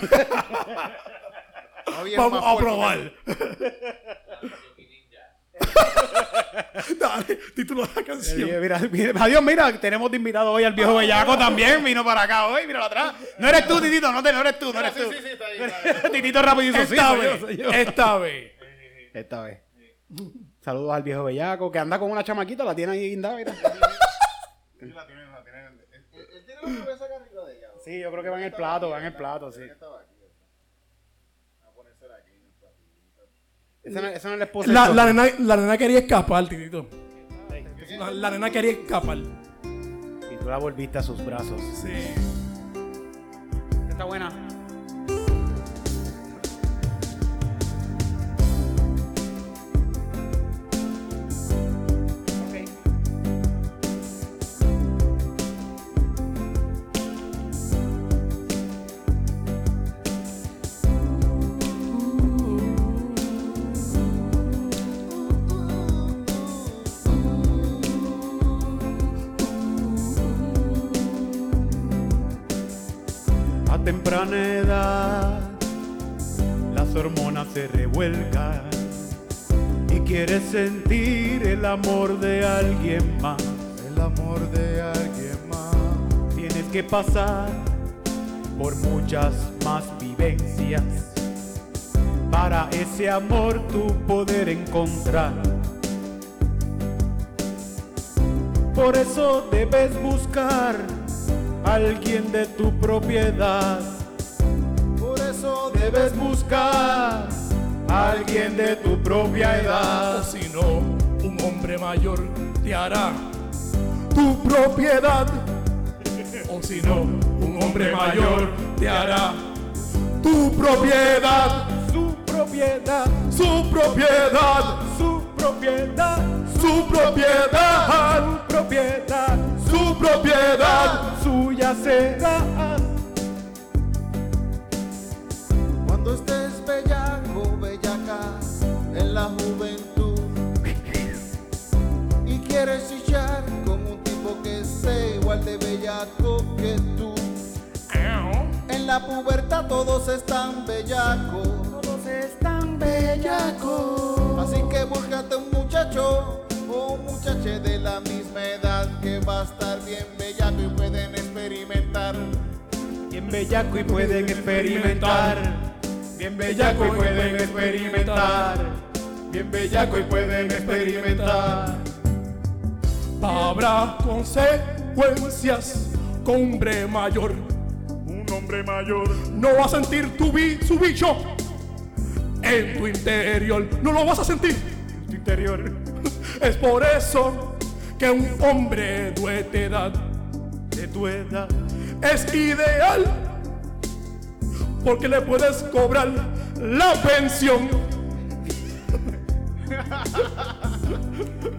[SPEAKER 4] había
[SPEAKER 2] Vamos
[SPEAKER 4] más
[SPEAKER 2] a
[SPEAKER 4] puerco
[SPEAKER 2] probar. Dale, título de la canción.
[SPEAKER 3] Mira, mira, adiós, mira, tenemos de invitado hoy al viejo
[SPEAKER 4] Ah.
[SPEAKER 3] bellaco también. Vino para acá hoy, míralo atrás. No eres tú, Titito, no, te, no eres tú, no
[SPEAKER 4] que-
[SPEAKER 3] eres
[SPEAKER 4] Ah, Sí,
[SPEAKER 3] tú.
[SPEAKER 4] sí, sí, está ahí, está ahí.
[SPEAKER 3] Titito rápido hizo sí,
[SPEAKER 2] Esta
[SPEAKER 3] soy yo,
[SPEAKER 2] vez,
[SPEAKER 3] soy yo.
[SPEAKER 2] esta vez.
[SPEAKER 3] Esta vez. Saludos al viejo bellaco que anda con una chamaquita, la tiene ahí guindada, mira.
[SPEAKER 4] Sí, la tiene, la tiene. Él él tiene la cabeza acá arriba de ella. ¿o?
[SPEAKER 3] Sí, yo creo que va en el plato, va en el plato, sí.
[SPEAKER 4] Creo que estaba aquí, ¿verdad? Voy a ponérsela aquí en el platito.
[SPEAKER 3] Esa no, esa no es la esposa.
[SPEAKER 2] La,
[SPEAKER 3] del
[SPEAKER 2] la
[SPEAKER 3] Tito.
[SPEAKER 2] nena, la nena quería escapar, titito. La, la nena quería escapar.
[SPEAKER 3] Y tú la volviste a sus brazos.
[SPEAKER 2] Sí.
[SPEAKER 3] Está buena. A temprana edad, las hormonas se revuelcan y quieres sentir el amor de alguien más.
[SPEAKER 4] El amor de alguien más.
[SPEAKER 3] Tienes que pasar por muchas más vivencias. Para ese amor tu poder encontrar. Por eso debes buscar alguien de tu propiedad. Por eso debes buscar alguien de tu propia edad.
[SPEAKER 2] O si no, un hombre mayor te hará tu propiedad. O si no, un hombre mayor te hará tu propiedad.
[SPEAKER 3] Su propiedad,
[SPEAKER 2] Su propiedad,
[SPEAKER 3] su propiedad,
[SPEAKER 2] su propiedad,
[SPEAKER 3] su propiedad,
[SPEAKER 2] su propiedad.
[SPEAKER 3] suya será. Cuando estés bellaco, bellaca, en la juventud, y quieres chillar con un tipo que sea igual de bellaco que tú. En la pubertad todos están bellacos. Todos están bellacos. Así que búscate un muchacho o un muchache de la misma edad que va a estar bien bellaco y pueden experimentar. Bien bellaco y pueden experimentar. Bien bellaco y pueden experimentar. Bien bellaco y pueden experimentar.
[SPEAKER 2] Habrá consecuencias con hombre mayor.
[SPEAKER 3] Un hombre mayor
[SPEAKER 2] No vas a sentir tu bi- su bicho en tu interior. No lo vas a sentir.
[SPEAKER 3] en tu interior.
[SPEAKER 2] Es por eso que un hombre de tu edad
[SPEAKER 3] De tu edad.
[SPEAKER 2] es ideal. Porque le puedes cobrar la pensión.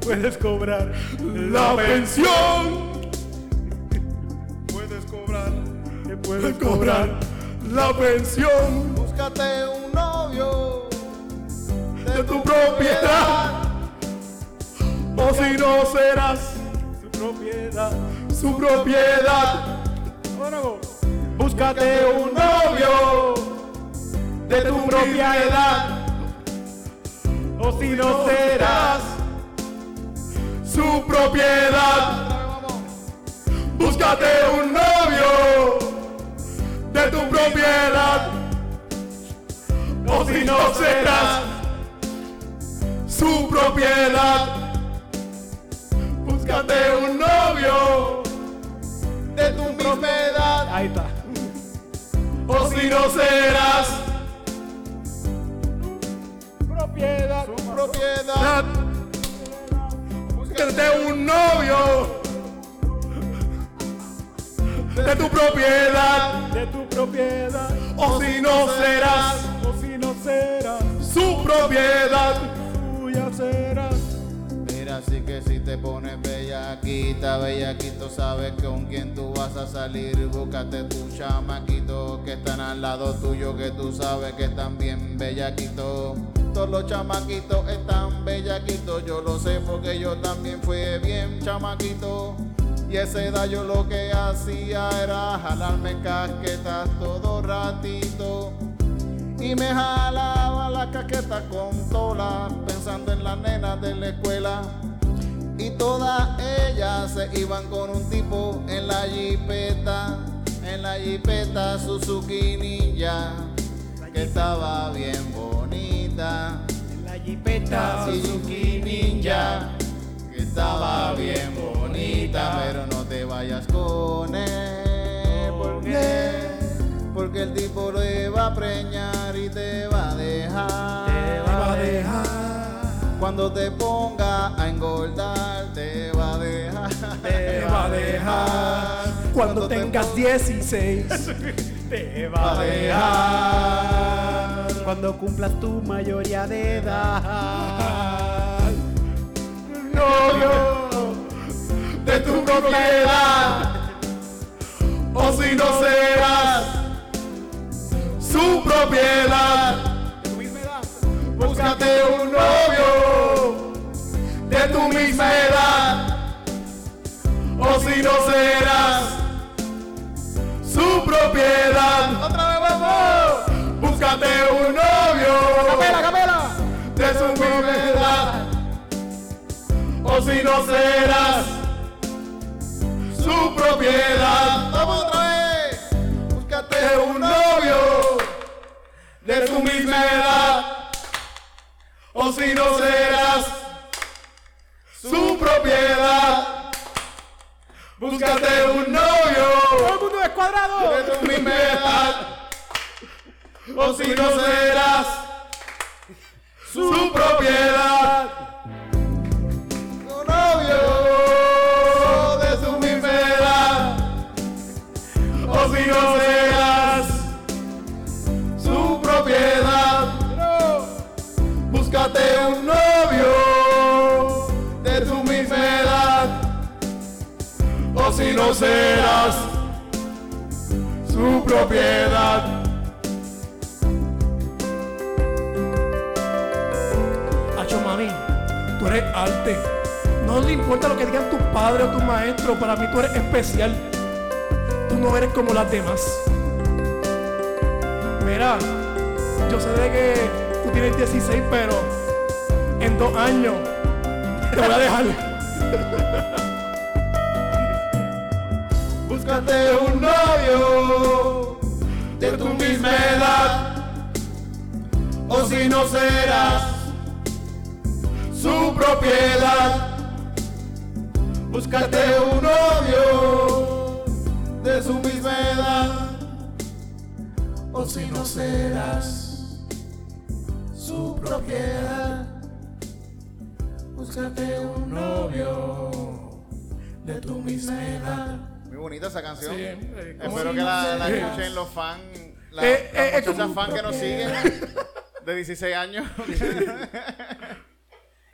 [SPEAKER 3] Puedes cobrar
[SPEAKER 2] La pensión.
[SPEAKER 3] Puedes cobrar. Te puedes
[SPEAKER 2] Cobrar la pensión
[SPEAKER 3] Búscate un novio.
[SPEAKER 2] de tu propiedad. O si no serás
[SPEAKER 3] Su propiedad.
[SPEAKER 2] su propiedad.
[SPEAKER 3] Búscate un novio. De tu propia edad. O si no serás.
[SPEAKER 2] su propiedad. Búscate un novio de tu propiedad. O si no serás su propiedad. Búscate un novio de tu misma edad.
[SPEAKER 5] Ahí está.
[SPEAKER 2] O si no serás
[SPEAKER 3] Propiedad. Su propiedad.
[SPEAKER 2] búscate un novio de tu propiedad.
[SPEAKER 3] De tu propiedad.
[SPEAKER 2] O si no serás
[SPEAKER 3] O si no serás.
[SPEAKER 2] su propiedad.
[SPEAKER 3] Tuya serás.
[SPEAKER 6] Mira, así que si te pones bellaquita, bellaquito, sabes con quién tú vas a salir. Búscate tu chamaquito que están al lado tuyo, que tú sabes que están bien bellaquito. Todos los chamaquitos están bellaquitos, yo lo sé porque yo también fui bien chamaquito. Y a esa edad yo lo que hacía era jalarme casquetas todo ratito. Y me jalaba la casqueta con tola, pensando en las nenas de la escuela. Y todas ellas se iban con un tipo en la jipeta, en la jipeta Suzuki Ninja, que estaba bien bonita.
[SPEAKER 5] La jipeta.
[SPEAKER 6] Suzuki Ninja, que estaba bien bonita, pero no te vayas con él, porque, porque el tipo lo va a preñar y te va a dejar. Cuando te ponga a engordar, te va a dejar.
[SPEAKER 2] Te va a dejar cuando tengas 16.
[SPEAKER 5] Te va a dejar cuando cumplas tu mayoría de edad.
[SPEAKER 2] Novio de tu propiedad. O si no serás su propiedad. Búscate un novio de tu misma edad. O si no serás su propiedad. Otra vez vamos. Búscate un novio. de su propiedad. O si no serás su propiedad.
[SPEAKER 6] Vamos otra vez. Búscate
[SPEAKER 2] Te
[SPEAKER 6] tu misma edad, o si no serás su propiedad. Búscate un novio
[SPEAKER 2] el mundo es cuadrado!
[SPEAKER 6] de tu misma edad, o si no serás su propiedad.
[SPEAKER 7] Tu novio de su misma edad,
[SPEAKER 6] o si no serás su propiedad. Búscate un novio de tu misma edad, o si no serás su propiedad.
[SPEAKER 2] Hacho, mami, tú eres arte. No le importa lo que digan tus padres o tus maestros, para mí tú eres especial. Tú no eres como las demás. Mira, yo sé de que tú tienes 16, pero en dos años te voy a dejar.
[SPEAKER 6] Búscate un novio de tu misma edad, o si no serás su propiedad. Búscate un novio de su misma edad, o si no serás su propiedad. Búscate un novio de tu misma edad.
[SPEAKER 4] Muy bonita esa canción.
[SPEAKER 2] Sí, eh, ¿cómo
[SPEAKER 4] Espero
[SPEAKER 2] se
[SPEAKER 4] que la, la
[SPEAKER 2] Sí.
[SPEAKER 4] escuchen los fans, la-
[SPEAKER 2] Eh,
[SPEAKER 4] las
[SPEAKER 2] eh, es
[SPEAKER 4] muchachas
[SPEAKER 2] como-
[SPEAKER 4] fans que nos siguen de 16 años.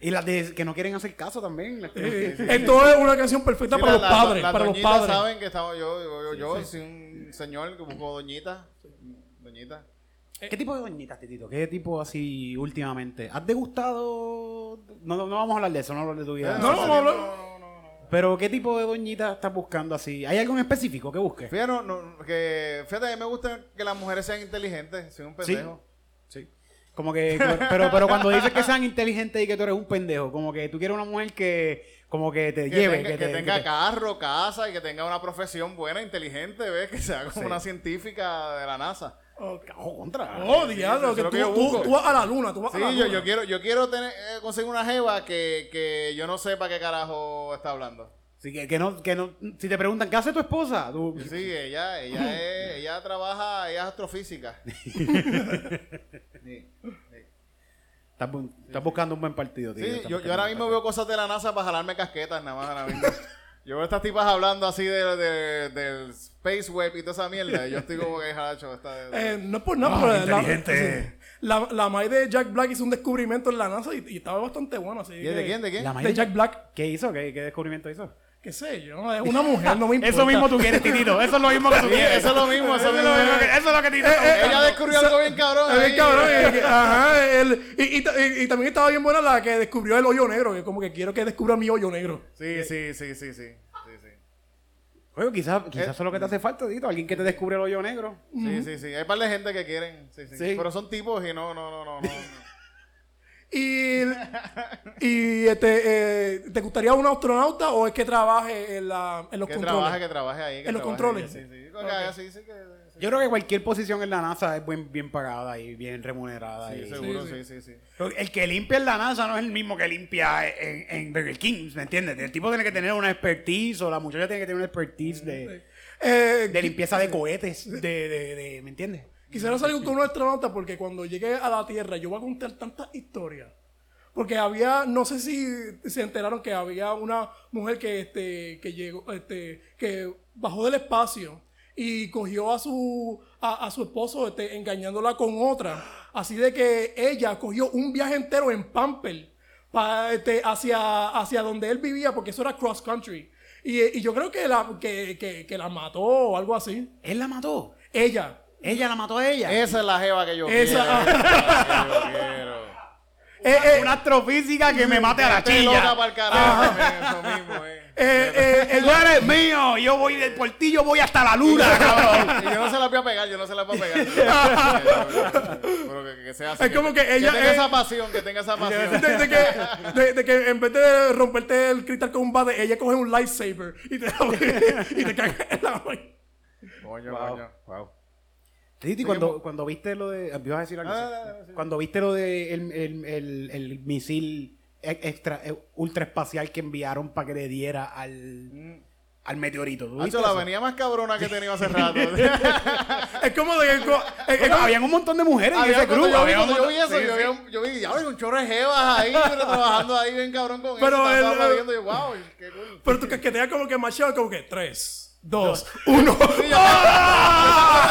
[SPEAKER 3] Y las de- que no quieren hacer caso también. las que no quieren.
[SPEAKER 2] Eh, Esto es una canción perfecta
[SPEAKER 4] Sí,
[SPEAKER 2] para
[SPEAKER 4] la-
[SPEAKER 2] los
[SPEAKER 4] la-
[SPEAKER 2] padres.
[SPEAKER 4] las
[SPEAKER 2] Para los
[SPEAKER 4] doñitas
[SPEAKER 2] padres.
[SPEAKER 4] saben que estaba yo, yo, yo, yo soy un señor que busco doñita. Doñita.
[SPEAKER 3] ¿Qué tipo de doñitas, Titito? ¿Qué tipo así últimamente? ¿Has degustado? No, no no vamos a hablar de eso, no hablar de tu vida.
[SPEAKER 2] No, no, vamos a hablar.
[SPEAKER 3] Pero ¿qué tipo de doñitas estás buscando así? ¿Hay algo en específico que busques?
[SPEAKER 4] Fíjate, no, no, que, fíjate, a mí me gusta que las mujeres sean inteligentes, soy un pendejo.
[SPEAKER 3] Sí. Como que, pero, pero cuando dices que sean inteligentes y que tú eres un pendejo, como que tú quieres una mujer que, como que te
[SPEAKER 4] Que
[SPEAKER 3] lleve,
[SPEAKER 4] tenga,
[SPEAKER 3] que,
[SPEAKER 4] que
[SPEAKER 3] te-
[SPEAKER 4] tenga
[SPEAKER 3] que te-
[SPEAKER 4] carro, casa y que tenga una profesión buena, inteligente, ¿ves? Que sea como
[SPEAKER 3] Sí.
[SPEAKER 4] una científica de la NASA.
[SPEAKER 3] Ojo, contra.
[SPEAKER 2] Oh, diablo,
[SPEAKER 4] eso
[SPEAKER 2] que
[SPEAKER 4] es lo
[SPEAKER 2] tú,
[SPEAKER 4] que yo
[SPEAKER 2] tú-
[SPEAKER 4] busco.
[SPEAKER 2] tú vas a la luna, tú vas
[SPEAKER 4] Sí,
[SPEAKER 2] a la
[SPEAKER 4] yo,
[SPEAKER 2] luna.
[SPEAKER 4] yo quiero, yo quiero tener, eh, conseguir una jeva que, que yo no sepa qué carajo está hablando.
[SPEAKER 3] Sí, que, que no, que no, si te preguntan, ¿qué hace tu esposa? Tú-
[SPEAKER 4] Sí, ella, ella, es- ella trabaja, ella es astrofísica. Sí.
[SPEAKER 3] estás, bu- estás buscando un buen partido, tío.
[SPEAKER 4] Sí,
[SPEAKER 3] Estás
[SPEAKER 4] yo, yo
[SPEAKER 3] buscando
[SPEAKER 4] ahora
[SPEAKER 3] un
[SPEAKER 4] mismo
[SPEAKER 3] buen
[SPEAKER 4] veo cosas de la NASA para jalarme casquetas, nada más ahora mismo. Yo veo estas tipas hablando así de, de- del Space Web y toda esa mierda. y Yo estoy como que jalacho. Esta,
[SPEAKER 2] Eh, no es por nada, pero la- sí. la, la, madre de Jack Black hizo un descubrimiento en la NASA y, y estaba bastante bueno. Así
[SPEAKER 4] ¿Y es
[SPEAKER 2] que-
[SPEAKER 4] de quién?
[SPEAKER 3] partido.
[SPEAKER 4] ¿De quién?
[SPEAKER 3] La
[SPEAKER 2] De
[SPEAKER 3] maíz-
[SPEAKER 2] Jack Black,
[SPEAKER 3] ¿Qué hizo? ¿Qué, qué descubrimiento hizo?
[SPEAKER 2] qué sé yo, es una mujer, no me importa.
[SPEAKER 3] Eso mismo tú quieres, Titito. Eso es lo mismo que tú
[SPEAKER 4] Sí,
[SPEAKER 3] quieres.
[SPEAKER 4] eso es lo mismo, eso es lo
[SPEAKER 3] Eso es
[SPEAKER 4] mismo.
[SPEAKER 3] lo que- Eh, eso es lo que
[SPEAKER 2] Eh,
[SPEAKER 3] Titito.
[SPEAKER 4] Ella descubrió algo bien cabrón.
[SPEAKER 2] Es eh, bien
[SPEAKER 4] ahí.
[SPEAKER 2] cabrón, es que- ajá, el- y, y ta- y- y también estaba bien buena la que descubrió el hoyo negro, que como que quiero que descubra mi hoyo negro.
[SPEAKER 4] Sí, sí, sí, sí, sí. Sí, sí.
[SPEAKER 3] Oye, quizás, quizás eso es lo que te hace falta, Tito. Alguien que te descubre el hoyo negro.
[SPEAKER 4] Sí, sí, sí. Hay par de gente que quieren. Sí, sí.
[SPEAKER 3] Sí.
[SPEAKER 4] Pero son tipos y no, no, no, no. no.
[SPEAKER 2] Y, y este, eh, ¿te gustaría un astronauta o es que trabaje en, la, en los
[SPEAKER 4] que
[SPEAKER 2] controles?
[SPEAKER 4] trabaje, que trabaje ahí. que
[SPEAKER 2] En los
[SPEAKER 4] trabaje
[SPEAKER 2] controles.
[SPEAKER 4] ahí, Sí, sí. Con que haga así, sí, que- sí.
[SPEAKER 3] Yo creo que cualquier posición en la NASA es buen- bien pagada y bien remunerada.
[SPEAKER 4] Sí,
[SPEAKER 3] y-
[SPEAKER 4] seguro, sí, sí, sí.
[SPEAKER 3] El que limpia en la NASA no es el mismo que limpia en, en Burger King, ¿me entiendes? El tipo tiene que tener una expertise o la muchacha tiene que tener una expertise de,
[SPEAKER 2] Eh,
[SPEAKER 3] de limpieza de cohetes, de, de- de- ¿me entiendes?
[SPEAKER 2] Quisiera salir con un astronauta porque cuando llegué a la Tierra yo voy a contar tantas historias. Porque había, no sé si se enteraron que había una mujer que, este, que llegó, este, que bajó del espacio y cogió a su, a, a su esposo este, engañándola con otra. Así de que ella cogió un viaje entero en Pamper pa- este, hacia, hacia donde él vivía, porque eso era cross country. Y, y yo creo que la, que, que- que la mató o algo así.
[SPEAKER 3] Él la mató.
[SPEAKER 2] Ella.
[SPEAKER 3] Ella la mató a ella.
[SPEAKER 4] Esa es la jeva que yo
[SPEAKER 2] Esa-
[SPEAKER 4] quiero. Esa es la que yo quiero.
[SPEAKER 2] Eh, eh,
[SPEAKER 3] una astrofísica que me mate a la
[SPEAKER 4] Te loca
[SPEAKER 3] chilla.
[SPEAKER 4] para el carajo, eso mismo, eh.
[SPEAKER 2] Eh, eh,
[SPEAKER 3] Tú eres mío, yo voy del por ti, yo voy hasta la luna, cabrón.
[SPEAKER 4] Y yo no se la voy a pegar, yo no se la voy a pegar. Pero que, que sea así.
[SPEAKER 2] Es como que ella
[SPEAKER 4] Que tenga
[SPEAKER 2] es-
[SPEAKER 4] esa pasión, que tenga esa pasión.
[SPEAKER 2] de, de que, de- de que en vez de romperte el cristal con un bate, ella coge un lightsaber y te, y te caga en la mano.
[SPEAKER 4] Coño, coño. Wow.
[SPEAKER 3] Titi, cuando, cuando viste lo de. ibas a decir algo,
[SPEAKER 4] Ah,
[SPEAKER 3] sí.
[SPEAKER 4] ah, ah, sí.
[SPEAKER 3] Cuando viste lo de el, el- el- el misil e- extra, e- ultraespacial que enviaron para que le diera al, al meteorito. ¿Tú viste
[SPEAKER 4] Hacho, Ah, la
[SPEAKER 3] eso?
[SPEAKER 4] avenida más cabrona que he tenido hace rato.
[SPEAKER 2] Es como de. co- es- es
[SPEAKER 3] Bueno,
[SPEAKER 2] como-
[SPEAKER 3] Eh, habían un montón de mujeres en
[SPEAKER 4] Había
[SPEAKER 3] ese
[SPEAKER 4] cuando
[SPEAKER 3] grupo.
[SPEAKER 4] yo vi-
[SPEAKER 3] había un
[SPEAKER 4] cuando yo vi
[SPEAKER 3] montón-
[SPEAKER 4] eso,
[SPEAKER 3] sí,
[SPEAKER 4] yo,
[SPEAKER 3] sí.
[SPEAKER 4] Vi, yo vi, diablo, hay un chorro de jevas ahí, pero trabajando ahí bien cabrón con
[SPEAKER 2] Pero
[SPEAKER 4] él.
[SPEAKER 2] el-
[SPEAKER 4] yo, wow, qué cool.
[SPEAKER 2] Pero tú casqueteas como que machado, como que 3, 2, 1.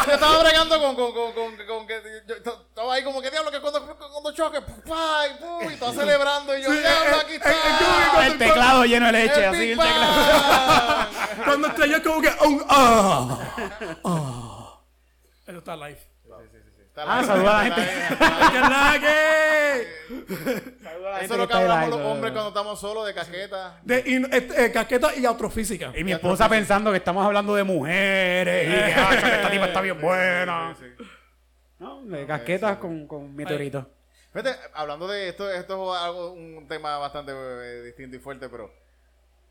[SPEAKER 4] Yo estaba bregando con, con, con, con, con que yo yo estaba ahí como que diablo que cuando, cuando choque, pu- pa, y, pu, y estaba celebrando y yo,
[SPEAKER 2] Sí,
[SPEAKER 4] diablo,
[SPEAKER 2] eh,
[SPEAKER 4] aquí
[SPEAKER 2] eh,
[SPEAKER 4] está.
[SPEAKER 2] eh, yo vi
[SPEAKER 3] El teclado lleno de leche,
[SPEAKER 4] El
[SPEAKER 3] así el
[SPEAKER 4] Big
[SPEAKER 3] teclado.
[SPEAKER 4] Bang.
[SPEAKER 2] Cuando estrellas, como que. un ¡Ah! ah. Eso está live.
[SPEAKER 4] Está la-
[SPEAKER 3] Ah, saluda a la
[SPEAKER 4] está
[SPEAKER 3] gente.
[SPEAKER 4] bien.
[SPEAKER 2] ¡Qué la que!
[SPEAKER 4] Eso es lo que hablamos los hombres cuando estamos solos de cajeta.
[SPEAKER 2] De in- eh, eh, casqueta y astrofísica.
[SPEAKER 3] Y mi esposa pensando que estamos hablando de mujeres y que, "Ah, esa- esta tipa está bien buena.
[SPEAKER 4] Sí, sí, sí.
[SPEAKER 3] No, de casquetas con, con meteoritos.
[SPEAKER 4] Fíjate, hablando de esto, esto es algo, un tema bastante eh, distinto y fuerte, pero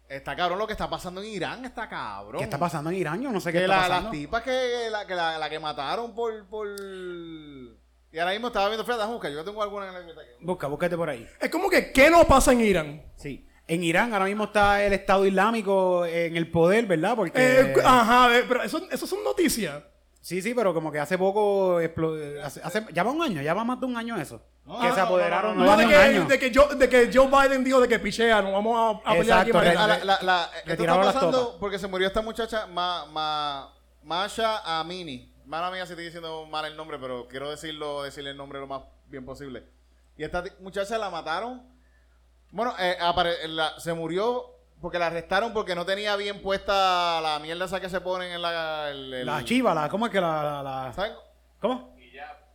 [SPEAKER 4] está cabrón lo que está pasando en Irán, está cabrón.
[SPEAKER 3] ¿Qué está pasando en Irán? Yo no sé qué
[SPEAKER 4] Que
[SPEAKER 3] está
[SPEAKER 4] la- las
[SPEAKER 3] pasando.
[SPEAKER 4] tipas que la que, la, la que mataron por, por... Y ahora mismo estaba viendo, fíjate, busca, yo tengo alguna en la biblioteca.
[SPEAKER 3] Busca, búscate por ahí.
[SPEAKER 2] Es como que, ¿qué no pasa en Irán?
[SPEAKER 3] Sí. En Irán ahora mismo está el Estado Islámico en el poder, ¿verdad? Porque
[SPEAKER 2] Eh,
[SPEAKER 3] ah.
[SPEAKER 2] ajá, eh, pero eso, eso son noticias.
[SPEAKER 3] sí, sí, pero como que hace poco explo- hace, hace- ya va un año, ya va más de un año eso.
[SPEAKER 4] No,
[SPEAKER 3] que
[SPEAKER 4] no,
[SPEAKER 3] se
[SPEAKER 4] no,
[SPEAKER 3] apoderaron
[SPEAKER 2] No,
[SPEAKER 3] más
[SPEAKER 2] de,
[SPEAKER 3] de un
[SPEAKER 2] que,
[SPEAKER 3] año.
[SPEAKER 2] de, que Joe, de que Joe Biden dijo de que pichea, no vamos a, a pelear aquí.
[SPEAKER 3] Exacto,
[SPEAKER 2] para-
[SPEAKER 3] re-
[SPEAKER 4] Ah, la- la- la- esto está
[SPEAKER 3] retiraron las
[SPEAKER 4] pasando
[SPEAKER 3] tropas.
[SPEAKER 4] porque se murió esta muchacha, Ma, Ma- Masha Amini. Mala mía si estoy diciendo mal el nombre, pero quiero decirlo, decirle el nombre lo más bien posible. Y esta ti- muchacha la mataron. Bueno, eh, apare- la- se murió porque la arrestaron porque no tenía bien puesta la mierda esa que se ponen en la... el- el-
[SPEAKER 3] La chiva, la, ¿cómo es que la, la, la-
[SPEAKER 4] ¿saben?
[SPEAKER 3] ¿Cómo?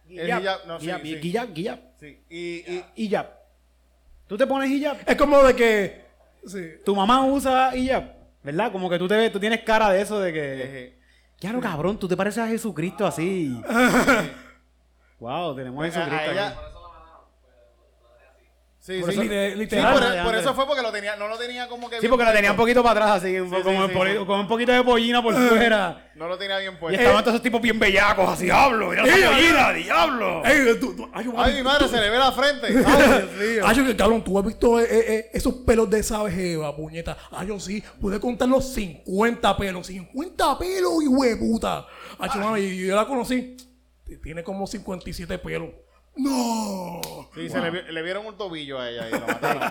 [SPEAKER 4] El hijab, no, sí,
[SPEAKER 3] Hijab,
[SPEAKER 4] sí.
[SPEAKER 3] hijab, hijab,
[SPEAKER 4] Sí. Y, y-
[SPEAKER 3] hijab. ¿Tú te pones hijab?
[SPEAKER 2] Es como de que. Sí.
[SPEAKER 3] Tu mamá usa hijab, ¿verdad? Como que tú te ves, tú tienes cara de eso de que
[SPEAKER 4] eh,
[SPEAKER 3] Claro, cabrón, tú te pareces a Jesucristo así. wow, tenemos Pues, a
[SPEAKER 4] a-
[SPEAKER 3] Jesucristo.
[SPEAKER 4] a
[SPEAKER 3] aquí.
[SPEAKER 4] ella- Sí,
[SPEAKER 2] Por
[SPEAKER 4] sí.
[SPEAKER 2] eso-
[SPEAKER 4] Sí,
[SPEAKER 2] lite-
[SPEAKER 4] por-
[SPEAKER 2] literal,
[SPEAKER 4] por,
[SPEAKER 3] Alejandro.
[SPEAKER 4] eso fue porque lo tenía, no lo tenía como que
[SPEAKER 3] Sí,
[SPEAKER 4] bien
[SPEAKER 3] porque la tenía un
[SPEAKER 4] puesto.
[SPEAKER 3] poquito para atrás, así, un
[SPEAKER 4] Sí,
[SPEAKER 3] poco
[SPEAKER 4] sí,
[SPEAKER 3] como
[SPEAKER 4] sí,
[SPEAKER 3] poli-
[SPEAKER 4] sí.
[SPEAKER 3] con un poquito de pollina por fuera.
[SPEAKER 4] No lo tenía bien
[SPEAKER 3] Y
[SPEAKER 4] puesto.
[SPEAKER 3] estaban todos esos tipos bien bellacos, así, diablo, mira
[SPEAKER 2] Ey,
[SPEAKER 3] esa pollina, diablo.
[SPEAKER 2] Ey, tú- tú- ay, yo-
[SPEAKER 4] Ay, mi madre, se le ve la frente.
[SPEAKER 2] Ay, yo que cabrón, tú has visto eh, eh, eh, esos pelos de esa jeva, puñeta. Ay, yo sí, pude contar los 50 pelos. 50 pelos, hijo de puta. Ay, yo, mami, yo la conocí. Tiene como 57 pelos. ¡No!
[SPEAKER 4] Sí, se le, vi- le vieron un tobillo a ella y la mataron.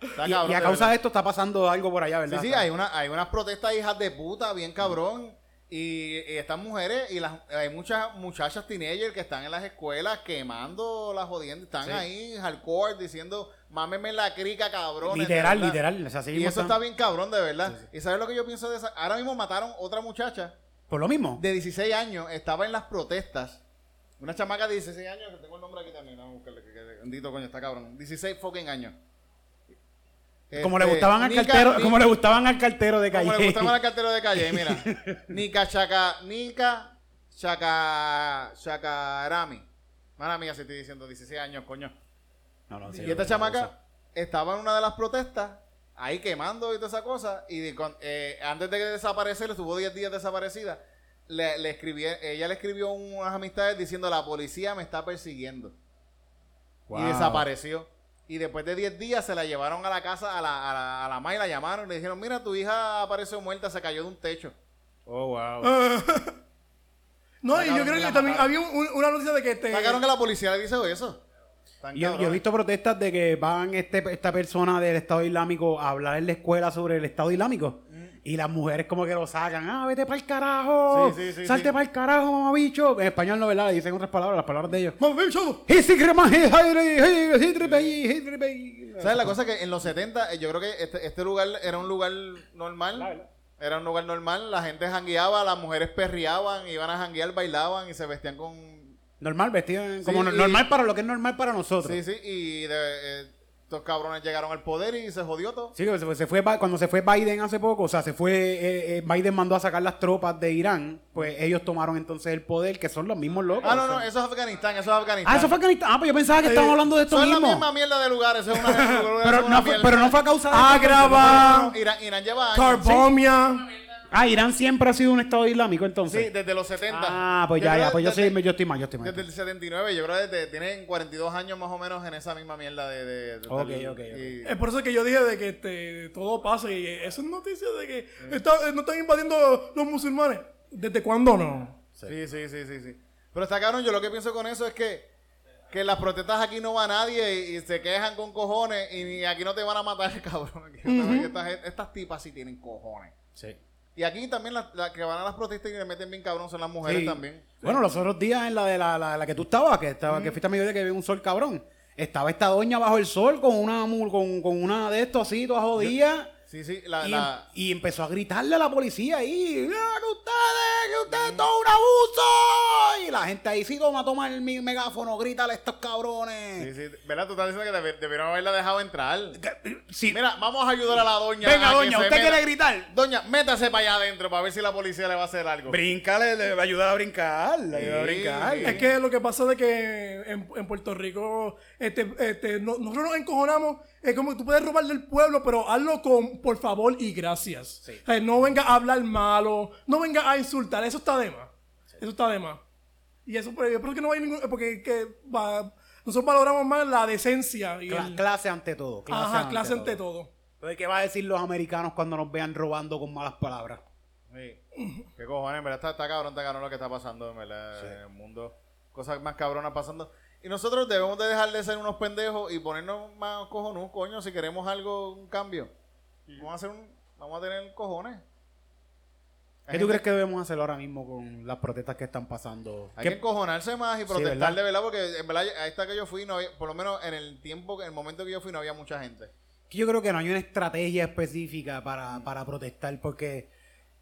[SPEAKER 4] Está
[SPEAKER 3] Y,
[SPEAKER 4] cabrón,
[SPEAKER 3] y a
[SPEAKER 4] de
[SPEAKER 3] causa
[SPEAKER 4] verdad.
[SPEAKER 3] Ah, de esto está pasando algo por allá, ¿verdad?
[SPEAKER 4] Sí, sí, hay, una, hay unas protestas hijas de puta, bien cabrón. Y, y estas mujeres, y las, hay muchas muchachas teenagers que están en las escuelas quemando las jodiendas. Están ahí hardcore diciendo, mámeme la crica, cabrón.
[SPEAKER 3] Literal, literal. O sea,
[SPEAKER 4] Y
[SPEAKER 3] seguimos
[SPEAKER 4] eso
[SPEAKER 3] tan-
[SPEAKER 4] está bien cabrón, de verdad. ¿Y sabes lo que yo pienso de esa? Ahora mismo mataron otra muchacha
[SPEAKER 3] Por lo mismo.
[SPEAKER 4] de 16 años estaba en las protestas. Una chamaca de 16 años, que tengo el nombre aquí también, vamos a buscarle, que, que- que- bendito coño, está cabrón. 16 fucking años.
[SPEAKER 3] como le
[SPEAKER 4] Este,
[SPEAKER 3] gustaban al
[SPEAKER 4] Nika-
[SPEAKER 3] cartero,
[SPEAKER 4] Ni-
[SPEAKER 3] como le gustaban al cartero de
[SPEAKER 4] como le
[SPEAKER 3] calle.
[SPEAKER 4] gustaban al cartero de calle, mira. Nika Chaka, Nika Chaka, Chakarami. Mala mía, si estoy diciendo 16 años, coño.
[SPEAKER 3] No, no, sí,
[SPEAKER 4] Y
[SPEAKER 3] no, no
[SPEAKER 4] esta
[SPEAKER 3] sé.
[SPEAKER 4] chamaca estaba en una de las protestas, ahí quemando y toda esa cosa, y de cuan- eh, antes de desaparecer, estuvo 10 días desaparecida, le, le escribí, ella le escribió unas amistades diciendo, la policía me está persiguiendo.
[SPEAKER 3] Wow.
[SPEAKER 4] Y desapareció. Y después de 10 días se la llevaron a la casa, a la, a la, a la ma y la llamaron y le dijeron, mira, tu hija apareció muerta, se cayó de un techo.
[SPEAKER 3] Oh, wow.
[SPEAKER 2] No, y
[SPEAKER 4] Sacaron
[SPEAKER 2] yo creo
[SPEAKER 4] que la
[SPEAKER 2] que también
[SPEAKER 4] mataron.
[SPEAKER 2] había un- un- una noticia de que este.
[SPEAKER 4] Sacaron que la policía le dice eso. Tan
[SPEAKER 3] Eh. Yo, yo he
[SPEAKER 4] cabrón.
[SPEAKER 3] visto protestas de que van este, esta persona del Estado Islámico a hablar en la escuela sobre el Estado Islámico.
[SPEAKER 4] Mm.
[SPEAKER 3] Y las mujeres como que lo sacan. Ah, vete para el carajo.
[SPEAKER 4] Sí, sí, sí,
[SPEAKER 3] salte
[SPEAKER 4] sí.
[SPEAKER 3] para el carajo, mamabicho. En español no, ¿verdad? Le dicen otras palabras, las palabras de ellos.
[SPEAKER 2] Mami, ven, chavo.
[SPEAKER 4] ¿Sabes? La cosa que en los 70, eh, yo creo que este, este lugar era un lugar normal. Era un lugar normal. La gente jangueaba, las mujeres perreaban, iban a janguear, bailaban y se vestían con.
[SPEAKER 3] Normal, vestido en-
[SPEAKER 4] Sí,
[SPEAKER 3] como no-
[SPEAKER 4] y-
[SPEAKER 3] normal para lo que es normal para nosotros.
[SPEAKER 4] Sí,
[SPEAKER 3] Sí,
[SPEAKER 4] sí. Y de- eh, estos cabrones llegaron al poder y se jodió todo.
[SPEAKER 3] que se- se fue, Ba- cuando se fue Biden hace poco, o sea, se fue, eh, eh, Biden mandó a sacar las tropas de Irán, pues ellos tomaron entonces el poder, que son los mismos locos.
[SPEAKER 4] Ah, no,
[SPEAKER 3] o sea.
[SPEAKER 4] no, eso es Afganistán, eso es Afganistán.
[SPEAKER 3] Ah, eso fue Afganistán. Ah, pues yo pensaba que estaban hablando de esto
[SPEAKER 4] Son
[SPEAKER 3] mismo.
[SPEAKER 4] la misma mierda de lugares, eso es una, Ah,
[SPEAKER 3] pero, no fue, pero no fue a causa de
[SPEAKER 2] Agrava,
[SPEAKER 4] Irán, Irán lleva años.
[SPEAKER 2] Carbomia.
[SPEAKER 3] Ah, Irán siempre ha sido un estado islámico entonces.
[SPEAKER 4] Sí, desde los 70.
[SPEAKER 3] Ah, pues
[SPEAKER 4] Yo
[SPEAKER 3] ya,
[SPEAKER 4] creo
[SPEAKER 3] ya, pues yo,
[SPEAKER 4] desde-
[SPEAKER 3] sí, yo estoy mal, yo estoy mal.
[SPEAKER 4] Desde el 79, yo creo que desde- tienen 42 años más o menos en esa misma mierda de... de, de-
[SPEAKER 3] Ok,
[SPEAKER 4] de-
[SPEAKER 3] ok, ok.
[SPEAKER 4] y-
[SPEAKER 2] Es por eso que yo dije de que este, todo pasa y eso es noticia de que está- eh, no están invadiendo los musulmanes. ¿Desde cuándo no?
[SPEAKER 4] Sí, sí, sí, sí, sí. Pero está cabrón, yo lo que pienso con eso es que, que en las protestas aquí no va nadie y, y se quejan con cojones y ni- aquí no te van a matar, cabrón. Aquí no te van- estas, gen- estas tipas sí tienen cojones.
[SPEAKER 3] Sí.
[SPEAKER 4] Y aquí también las, las que van a las protestas y le meten bien cabrón son las mujeres
[SPEAKER 3] Sí.
[SPEAKER 4] también.
[SPEAKER 3] Bueno, los otros días en la de la, la- la que tú estabas, que estaba, que fuiste a mediodía que vi un sol cabrón. Estaba esta doña bajo el sol con una mu- con, con una de estos así, toda jodida.
[SPEAKER 4] Sí, sí, la...
[SPEAKER 3] y, em-,
[SPEAKER 4] la-
[SPEAKER 3] y empezó a gritarle a la policía ahí, "¡Ah, que ustedes, que ustedes todo un abuso. Y la gente ahí sí como a tomar el mi- megáfono, grítale a estos
[SPEAKER 4] sí,
[SPEAKER 3] cabrones.
[SPEAKER 4] sí. ¿Verdad? Tú estás diciendo que debe- debieron haberla dejado entrar.
[SPEAKER 3] Sí.
[SPEAKER 4] Mira, vamos a ayudar a la doña.
[SPEAKER 3] Venga,
[SPEAKER 4] a que
[SPEAKER 3] doña,
[SPEAKER 4] se
[SPEAKER 3] ¿usted
[SPEAKER 4] meta.
[SPEAKER 3] quiere gritar?
[SPEAKER 4] Doña, métase para allá adentro para ver si la policía le va a hacer algo.
[SPEAKER 3] Bríncale, le va a ayudar a brincar, le ayuda a
[SPEAKER 4] Sí,
[SPEAKER 3] brincar.
[SPEAKER 4] sí.
[SPEAKER 2] Es que lo que pasa es de que en, en Puerto Rico este, este, no- nosotros nos encojonamos. Es como tú puedes robar del pueblo, pero hazlo con por favor y gracias. O sea, no venga a hablar malo, no venga a insultar. Eso está de más. Eso está de más. Y eso, pues, yo creo que no hay ningún. Porque que, va- nosotros valoramos más la decencia y
[SPEAKER 3] Cla-
[SPEAKER 2] el-
[SPEAKER 3] clase ante todo. Clase
[SPEAKER 2] Ajá,
[SPEAKER 3] ante
[SPEAKER 2] clase ante
[SPEAKER 3] todo.
[SPEAKER 2] todo.
[SPEAKER 3] Entonces, ¿qué va a decir los americanos cuando nos vean robando con malas palabras?
[SPEAKER 4] Sí. Qué cojones, en verdad está, está cabrón, está cabrón lo que está pasando en verdad en el mundo. Cosas más cabronas pasando. Y nosotros debemos de dejar de ser unos pendejos y ponernos más cojones, coño, si queremos algo, un cambio. Vamos a hacer un, vamos a tener cojones.
[SPEAKER 3] ¿Qué tú crees que debemos hacer ahora mismo con las protestas que están pasando?
[SPEAKER 4] Hay
[SPEAKER 3] ¿Qué-
[SPEAKER 4] que encojonarse más y protestar
[SPEAKER 3] ¿verdad?
[SPEAKER 4] de verdad, porque en verdad a esta que yo fui, no había- por lo menos en el tiempo, que- en el momento que yo fui, no había mucha gente.
[SPEAKER 3] que yo creo que no hay una estrategia específica para, para protestar, porque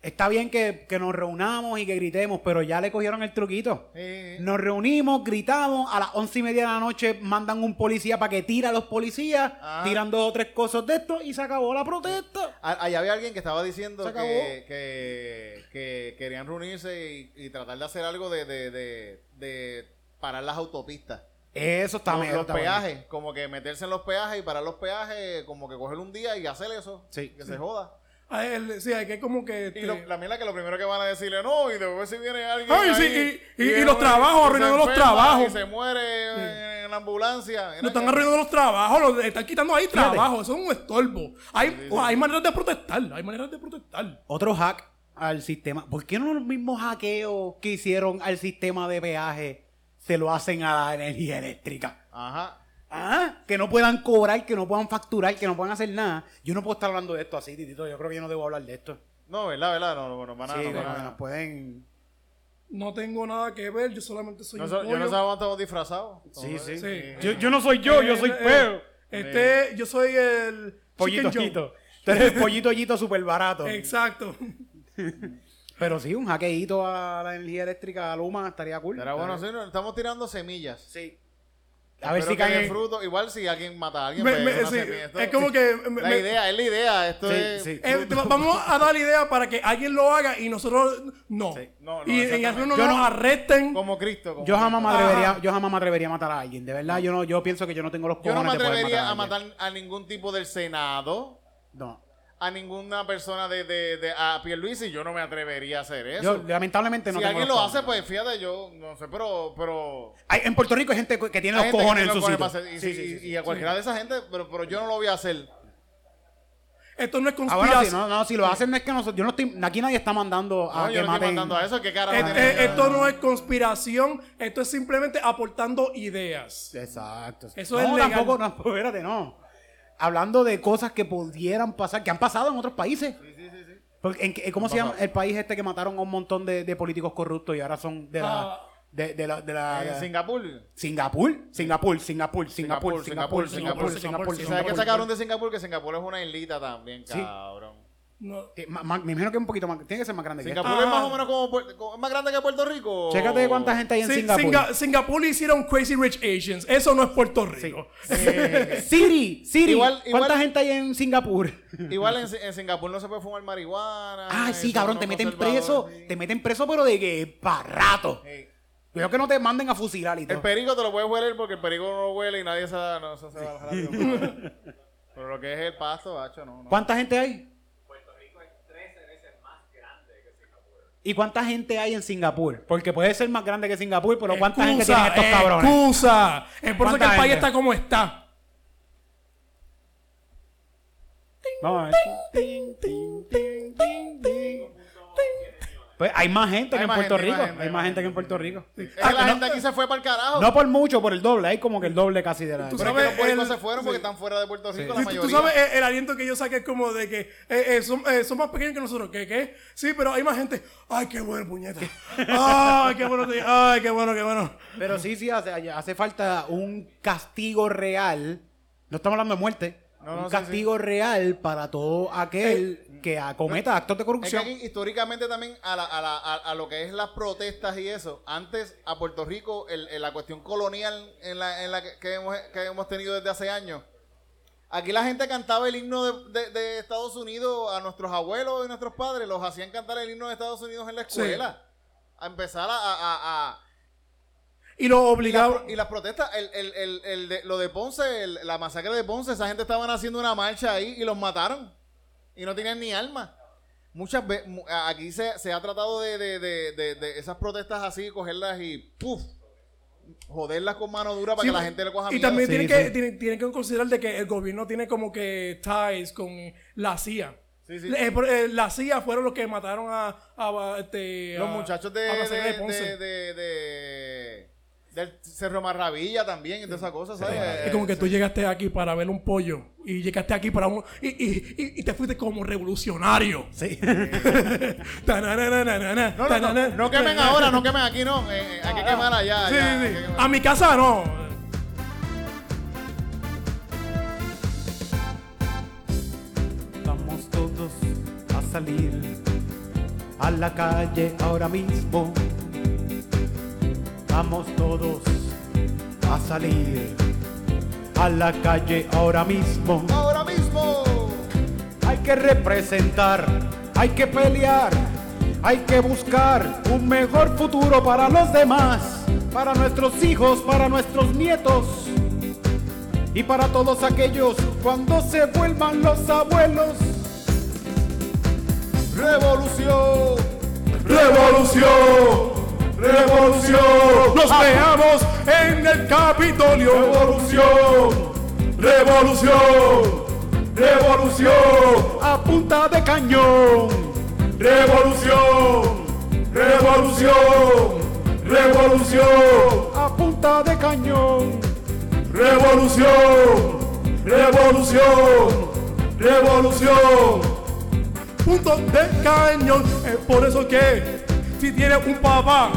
[SPEAKER 3] está bien que, que nos reunamos y que gritemos, pero ya le cogieron el truquito.
[SPEAKER 4] Sí.
[SPEAKER 3] Nos reunimos, gritamos, a las once y media de la noche mandan un policía para que tire a los policías,
[SPEAKER 4] Ah.
[SPEAKER 3] tiran dos o tres cosas de esto y se acabó la protesta.
[SPEAKER 4] Ah, Ahí había alguien que estaba diciendo
[SPEAKER 3] Se acabó.
[SPEAKER 4] que, que- que querían reunirse y, y tratar de hacer algo de, de- de- de parar las autopistas.
[SPEAKER 3] Eso está
[SPEAKER 4] Los,
[SPEAKER 3] mejor.
[SPEAKER 4] los
[SPEAKER 3] está bueno.
[SPEAKER 4] peajes, como que meterse en los peajes y parar los peajes, como que coger un día y hacer eso.
[SPEAKER 3] Sí.
[SPEAKER 4] Que se joda.
[SPEAKER 2] A él, sí, hay que como que.
[SPEAKER 4] Y
[SPEAKER 2] este,
[SPEAKER 4] lo- la mierda que lo primero que van a decirle, no, y después si viene alguien.
[SPEAKER 2] Ay, sí,
[SPEAKER 4] ahí
[SPEAKER 2] y- y- y
[SPEAKER 4] es
[SPEAKER 2] los
[SPEAKER 4] un-
[SPEAKER 2] trabajos,
[SPEAKER 4] y se
[SPEAKER 2] arruinando los
[SPEAKER 4] enferma
[SPEAKER 2] trabajos.
[SPEAKER 4] Y se muere en, en la ambulancia.
[SPEAKER 2] Nos están arruinando los trabajos, los, están quitando ahí trabajo, eso es un estorbo. Hay, hay maneras de protestar, hay maneras de protestar.
[SPEAKER 3] Otro hack al sistema. ¿Por qué no los mismos hackeos que hicieron al sistema de peaje se lo hacen a la energía eléctrica?
[SPEAKER 4] Ajá.
[SPEAKER 3] Ah, que no puedan cobrar, que no puedan facturar, que no puedan hacer nada. Yo no puedo estar hablando de esto así, Titito. Yo creo que yo no debo hablar de esto.
[SPEAKER 4] No, verdad, verdad, no, no, no van a.
[SPEAKER 3] sí,
[SPEAKER 4] no van
[SPEAKER 3] pero
[SPEAKER 4] a-
[SPEAKER 3] nos pueden.
[SPEAKER 2] No tengo nada que ver, yo solamente soy
[SPEAKER 4] No
[SPEAKER 2] un
[SPEAKER 4] so- yo no
[SPEAKER 2] pollo.
[SPEAKER 4] sé cómo estamos disfrazados.
[SPEAKER 3] sí.
[SPEAKER 2] Sí.
[SPEAKER 3] Yo, yo no soy yo, yo soy
[SPEAKER 2] Eh, eh,
[SPEAKER 3] Peo.
[SPEAKER 2] Este, yo soy el
[SPEAKER 3] Pollito
[SPEAKER 2] Chicken
[SPEAKER 3] Yito. Tú eres el pollito Yito súper barato.
[SPEAKER 2] Joe. Exacto.
[SPEAKER 3] Pero sí, un hackeíto a la energía eléctrica a Luma estaría cool.
[SPEAKER 4] Pero bueno, sí, no, estamos tirando semillas.
[SPEAKER 3] Sí. A ver
[SPEAKER 4] Espero
[SPEAKER 3] si
[SPEAKER 4] que dé
[SPEAKER 3] caen.
[SPEAKER 4] fruto. Igual si alguien mata a alguien.
[SPEAKER 2] Me-
[SPEAKER 4] pues,
[SPEAKER 2] me-
[SPEAKER 4] es una
[SPEAKER 2] sí,
[SPEAKER 4] semilla. Esto-
[SPEAKER 2] es como que me-
[SPEAKER 4] la
[SPEAKER 2] me-
[SPEAKER 4] idea, es la idea. Esto
[SPEAKER 3] Sí,
[SPEAKER 4] es.
[SPEAKER 3] sí.
[SPEAKER 2] Eh, te- vamos a dar idea para que alguien lo haga y nosotros no.
[SPEAKER 4] No, no,
[SPEAKER 2] y y
[SPEAKER 4] exactamente.
[SPEAKER 2] así no nos
[SPEAKER 3] Yo no-
[SPEAKER 2] arresten.
[SPEAKER 4] Como Cristo. como
[SPEAKER 3] Yo jamás, me
[SPEAKER 2] Ajá.
[SPEAKER 3] atrevería, yo jamás me atrevería a matar a alguien. De verdad, yo no, yo pienso que yo no tengo los
[SPEAKER 4] Cristo. Yo no
[SPEAKER 3] cojones
[SPEAKER 4] me
[SPEAKER 3] de poder
[SPEAKER 4] atrevería a
[SPEAKER 3] alguien.
[SPEAKER 4] matar a ningún tipo del Senado.
[SPEAKER 3] No.
[SPEAKER 4] A ninguna persona de, de, de a Pierluisi. Yo no me atrevería a hacer eso.
[SPEAKER 3] Yo lamentablemente no
[SPEAKER 4] si
[SPEAKER 3] tengo
[SPEAKER 4] alguien
[SPEAKER 3] los
[SPEAKER 4] lo
[SPEAKER 3] cojones.
[SPEAKER 4] hace, pues fíjate, yo no sé, pero. pero
[SPEAKER 3] Hay- en Puerto Rico hay gente que tiene
[SPEAKER 4] hay
[SPEAKER 3] los
[SPEAKER 4] gente que
[SPEAKER 3] cojones en
[SPEAKER 4] tiene
[SPEAKER 3] su
[SPEAKER 4] los cojones para
[SPEAKER 3] sitio.
[SPEAKER 4] hacer-
[SPEAKER 3] Sí,
[SPEAKER 4] y, sí,
[SPEAKER 3] sí,
[SPEAKER 4] y-
[SPEAKER 3] sí,
[SPEAKER 4] y a cualquiera de esa gente, pero, pero yo no lo voy a hacer.
[SPEAKER 2] Esto no es
[SPEAKER 3] Ah, bueno,
[SPEAKER 2] conspiración.
[SPEAKER 3] si, no, no, si lo hacen no es que nosotros, yo no estoy, aquí nadie está mandando a
[SPEAKER 4] No,
[SPEAKER 3] Ah, que
[SPEAKER 4] yo no estoy
[SPEAKER 3] maten. Este,
[SPEAKER 4] mandando a eso. ¿Qué cara
[SPEAKER 2] Eh, eh, esto no es conspiración, esto es simplemente aportando ideas.
[SPEAKER 3] Exacto.
[SPEAKER 2] Eso
[SPEAKER 3] no,
[SPEAKER 2] es legal.
[SPEAKER 3] tampoco, no, espérate, no. Hablando de cosas que pudieran pasar, que han pasado en otros países. Porque en que- ¿Cómo se llama el país este que mataron a un montón de, de políticos corruptos y ahora son de la...
[SPEAKER 2] Ah. Eh,
[SPEAKER 3] de, de la, de la-
[SPEAKER 4] En Singapur.
[SPEAKER 3] Singapur, Singapur, Singapur, Singapur, Singapur,
[SPEAKER 4] Singapur,
[SPEAKER 3] Singapur,
[SPEAKER 2] Singapur,
[SPEAKER 3] Singapur,
[SPEAKER 2] Singapur.
[SPEAKER 4] ¿Y sabes qué
[SPEAKER 3] Singapur.
[SPEAKER 4] sacaron de Singapur? Que Singapur es una islita también,
[SPEAKER 3] Sí.
[SPEAKER 4] cabrón.
[SPEAKER 2] No.
[SPEAKER 3] Eh, ma- ma- Me imagino que un poquito más, tiene que ser más grande que esto.
[SPEAKER 4] Singapur es más o menos como, Puer- como- es más grande que Puerto Rico.
[SPEAKER 3] Chécate cuánta gente hay en
[SPEAKER 2] Sí,
[SPEAKER 3] Singapur.
[SPEAKER 2] Singa- Singapur hicieron Crazy Rich Asians. Eso no es Puerto Rico.
[SPEAKER 3] Siri, Siri,
[SPEAKER 4] Igual-
[SPEAKER 3] ¿cuánta
[SPEAKER 4] igual-
[SPEAKER 3] gente hay en Singapur?
[SPEAKER 4] Igual en, en Singapur no se puede fumar marihuana.
[SPEAKER 3] Ay, sí,
[SPEAKER 4] son
[SPEAKER 3] cabrón,
[SPEAKER 4] unos
[SPEAKER 3] te meten
[SPEAKER 4] conservadores,
[SPEAKER 3] preso,
[SPEAKER 4] sí.
[SPEAKER 3] te meten preso, pero de que para rato.
[SPEAKER 4] Sí.
[SPEAKER 3] Creo que no te manden a fusilar y
[SPEAKER 4] El
[SPEAKER 3] todo.
[SPEAKER 4] perico te lo puedes hueler porque el perico no lo huele y nadie se, da- no, eso se va rápido. pero, pero lo que es el pasto, bacho, no. no.
[SPEAKER 3] ¿Cuánta gente hay? ¿Y cuánta gente hay en Singapur? Porque puede ser más grande que Singapur,
[SPEAKER 2] Eh,
[SPEAKER 3] pero ¿cuánta gente tienen
[SPEAKER 2] Excusa,
[SPEAKER 3] estos cabrones?
[SPEAKER 2] excusa. Es Eh, por eso que
[SPEAKER 3] ¿Cuánta
[SPEAKER 2] el país
[SPEAKER 3] gente?
[SPEAKER 2] está como está.
[SPEAKER 3] Vamos a ver. Pues hay más gente
[SPEAKER 4] Hay
[SPEAKER 3] que en
[SPEAKER 4] más
[SPEAKER 3] Puerto
[SPEAKER 4] gente,
[SPEAKER 3] Rico.
[SPEAKER 4] hay más gente,
[SPEAKER 3] hay más gente que en Puerto Rico.
[SPEAKER 4] Es que la gente aquí se fue para el carajo.
[SPEAKER 3] ah, No por mucho, por el doble. Hay como que el doble casi de la.
[SPEAKER 2] Tú
[SPEAKER 4] pero es
[SPEAKER 2] sabes,
[SPEAKER 4] que los puercos
[SPEAKER 2] el-
[SPEAKER 4] se fueron porque están fuera de Puerto Rico la
[SPEAKER 2] Sí,
[SPEAKER 4] mayoría.
[SPEAKER 2] tú sabes eh, el, aliento que yo saqué es como de que eh, eh, son, eh, son más pequeños que nosotros, ¿qué? ¿Qué? Sí, pero hay más gente. Ay, qué bueno, puñeta. Ay, qué bueno, te- ay, qué bueno, qué bueno.
[SPEAKER 3] Pero sí, sí, hace, hace falta un castigo real. No estamos hablando de muerte.
[SPEAKER 4] No,
[SPEAKER 3] un
[SPEAKER 4] no, sí, Eh,
[SPEAKER 3] castigo real para todo aquel que acometa actos de
[SPEAKER 4] Es que
[SPEAKER 3] corrupción.
[SPEAKER 4] aquí, históricamente también a, la- a la- a- a lo que es las protestas y eso, antes a Puerto Rico, el- el- la cuestión colonial en la, en la que, que hemos, que hemos tenido desde hace años, aquí la gente cantaba el himno de, de- de Estados Unidos a nuestros abuelos y nuestros padres, los hacían cantar el himno de Estados Unidos en la escuela. A empezar a... a- a- a-
[SPEAKER 2] Y lo
[SPEAKER 4] y, las,
[SPEAKER 2] obligaba.
[SPEAKER 4] pro- y las protestas, el, el- el- el de- lo de Ponce, el- la masacre de Ponce, esa gente estaban haciendo una marcha ahí y los mataron. Y no tenían ni alma. Muchas veces, aquí se, se ha tratado de, de- de- de- de esas protestas así, cogerlas y ¡puf! Joderlas con mano dura para
[SPEAKER 2] Sí, pues.
[SPEAKER 4] que la gente le coja
[SPEAKER 2] y
[SPEAKER 4] miedo.
[SPEAKER 2] también
[SPEAKER 3] Sí,
[SPEAKER 2] tienen, que,
[SPEAKER 3] sí.
[SPEAKER 2] tienen, tienen que considerar de que el gobierno tiene como que ties con la CIA.
[SPEAKER 4] Sí, sí.
[SPEAKER 2] Eh, por- eh, la CIA fueron los que mataron a, a- a- este,
[SPEAKER 4] Los
[SPEAKER 2] a-
[SPEAKER 4] muchachos de,
[SPEAKER 2] a la señora
[SPEAKER 4] de-
[SPEAKER 2] Ponce.
[SPEAKER 4] de- de- de- del Cerro Marravilla también, y de esas cosas, ¿sabes? Eh,
[SPEAKER 2] Es como que tú llegaste aquí para ver un pollo y llegaste aquí para un... Y, y, y, y te fuiste como revolucionario.
[SPEAKER 3] Sí.
[SPEAKER 2] Tananananana,
[SPEAKER 4] No, no, no, no quemen
[SPEAKER 2] tananana.
[SPEAKER 4] ahora, no quemen aquí, no. eh, eh, hay que quemar allá.
[SPEAKER 2] Sí,
[SPEAKER 4] allá, hay
[SPEAKER 2] sí,
[SPEAKER 4] que
[SPEAKER 2] sí.
[SPEAKER 4] quemar.
[SPEAKER 2] A mi casa no.
[SPEAKER 3] Vamos todos a salir a la calle ahora mismo. Vamos todos a salir a la calle ahora mismo.
[SPEAKER 4] Ahora mismo.
[SPEAKER 3] Hay que representar, hay que pelear, hay que buscar un mejor futuro para los demás, para nuestros hijos, para nuestros nietos y para todos aquellos cuando se vuelvan los abuelos.
[SPEAKER 4] Revolución.
[SPEAKER 2] Revolución, revolución. Nos veamos en el Capitolio. Revolución, revolución, revolución.
[SPEAKER 3] a punta de cañón.
[SPEAKER 2] Revolución, revolución, revolución,
[SPEAKER 3] A punta de cañón.
[SPEAKER 2] revolución, revolución, revolución. Punto de cañón, es por eso que si tienes un papá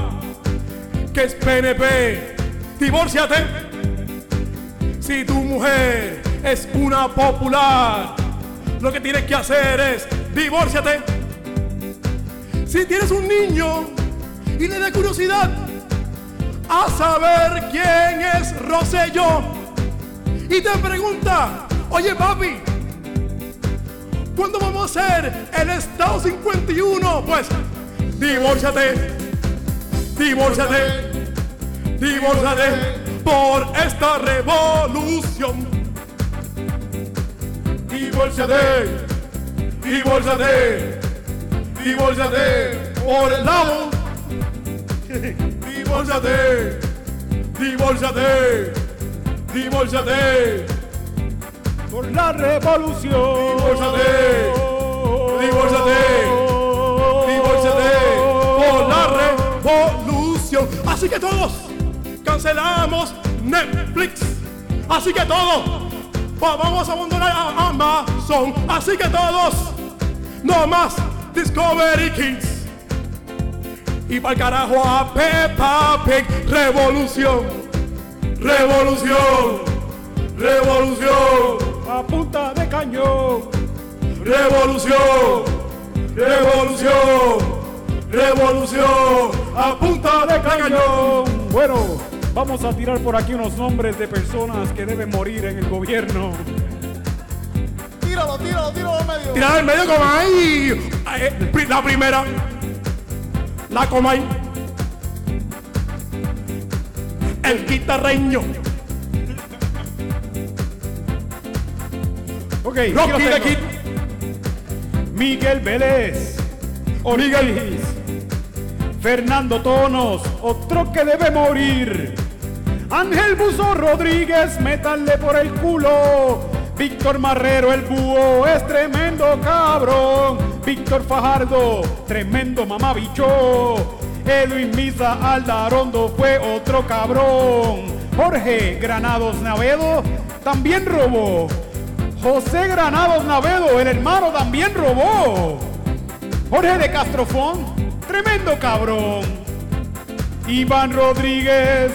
[SPEAKER 2] que es PNP, divórciate. Si tu mujer es una popular, lo que tienes que hacer es divórciate. Si tienes un niño y le da curiosidad a saber quién es Rosselló y te pregunta, oye papi, ¿cuándo vamos a hacer el Estado 51? Pues divórciate, divórciate, divórciate por esta revolución. Divórciate, divórciate, divórciate por el lado. Divórciate, divórciate, divórciate,
[SPEAKER 3] Por la revolución.
[SPEAKER 2] divórciate, divórciate. Divórciate por la revolución. Así que todos cancelamos Netflix. Así que todos va- vamos a abandonar a Amazon. Así que todos no más Discovery Kids. Y para carajo a Peppa Pig. Revolución, revolución, revolución,
[SPEAKER 3] A punta de cañón.
[SPEAKER 2] revolución, revolución. Revolución a punta de cañón.
[SPEAKER 3] Bueno, vamos a tirar por aquí unos nombres de personas que deben morir en el gobierno.
[SPEAKER 4] Tíralo, tíralo, tíralo al medio.
[SPEAKER 2] Tirar al medio como ahí. Eh, pri- La primera. La comay. El guitarreño.
[SPEAKER 3] Ok.
[SPEAKER 2] Rocky
[SPEAKER 3] aquí
[SPEAKER 2] de
[SPEAKER 3] los tengo.
[SPEAKER 2] Kid.
[SPEAKER 3] Miguel Vélez. Origis. Fernando Tonos, otro que debe morir. Ángel Buzo Rodríguez, métanle por el culo. Víctor Marrero, el búho, es tremendo cabrón. Víctor Fajardo, tremendo mamabicho. Edwin Misa Aldarondo fue otro cabrón. Jorge Granados Navedo también robó. José Granados Navedo, el hermano, también robó. Jorge de Castrofón, tremendo cabrón. Iván Rodríguez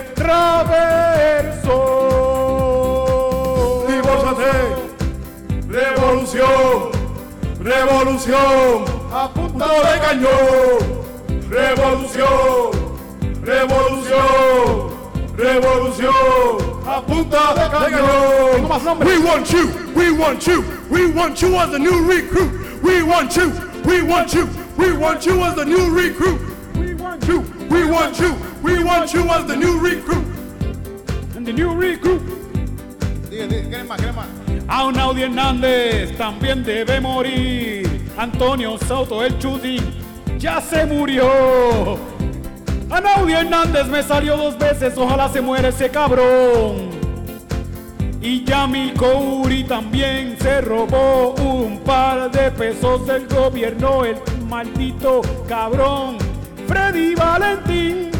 [SPEAKER 3] Traverso.
[SPEAKER 2] Revolución, revolución, a punta de cañón. Revolución, revolución, revolución, a punta de
[SPEAKER 3] Tengo más nombres.
[SPEAKER 2] We want you, we want you, we want you as the new recruit. We want you, we want you, we want you as the new recruit.
[SPEAKER 3] We want
[SPEAKER 2] You, we want you, we want you as the new recruit.
[SPEAKER 3] And the new recruit.
[SPEAKER 4] Dile, dile, ¿quién es más? ¿Quién es más?
[SPEAKER 3] Aunaudy Hernández también debe morir. Antonio Soto, el Chudy, ya se murió. Anaudi Hernández me salió dos veces, ojalá se muera ese cabrón. Y Yami Kouri también se robó un par de pesos del gobierno, el maldito cabrón. Freddy Valentín,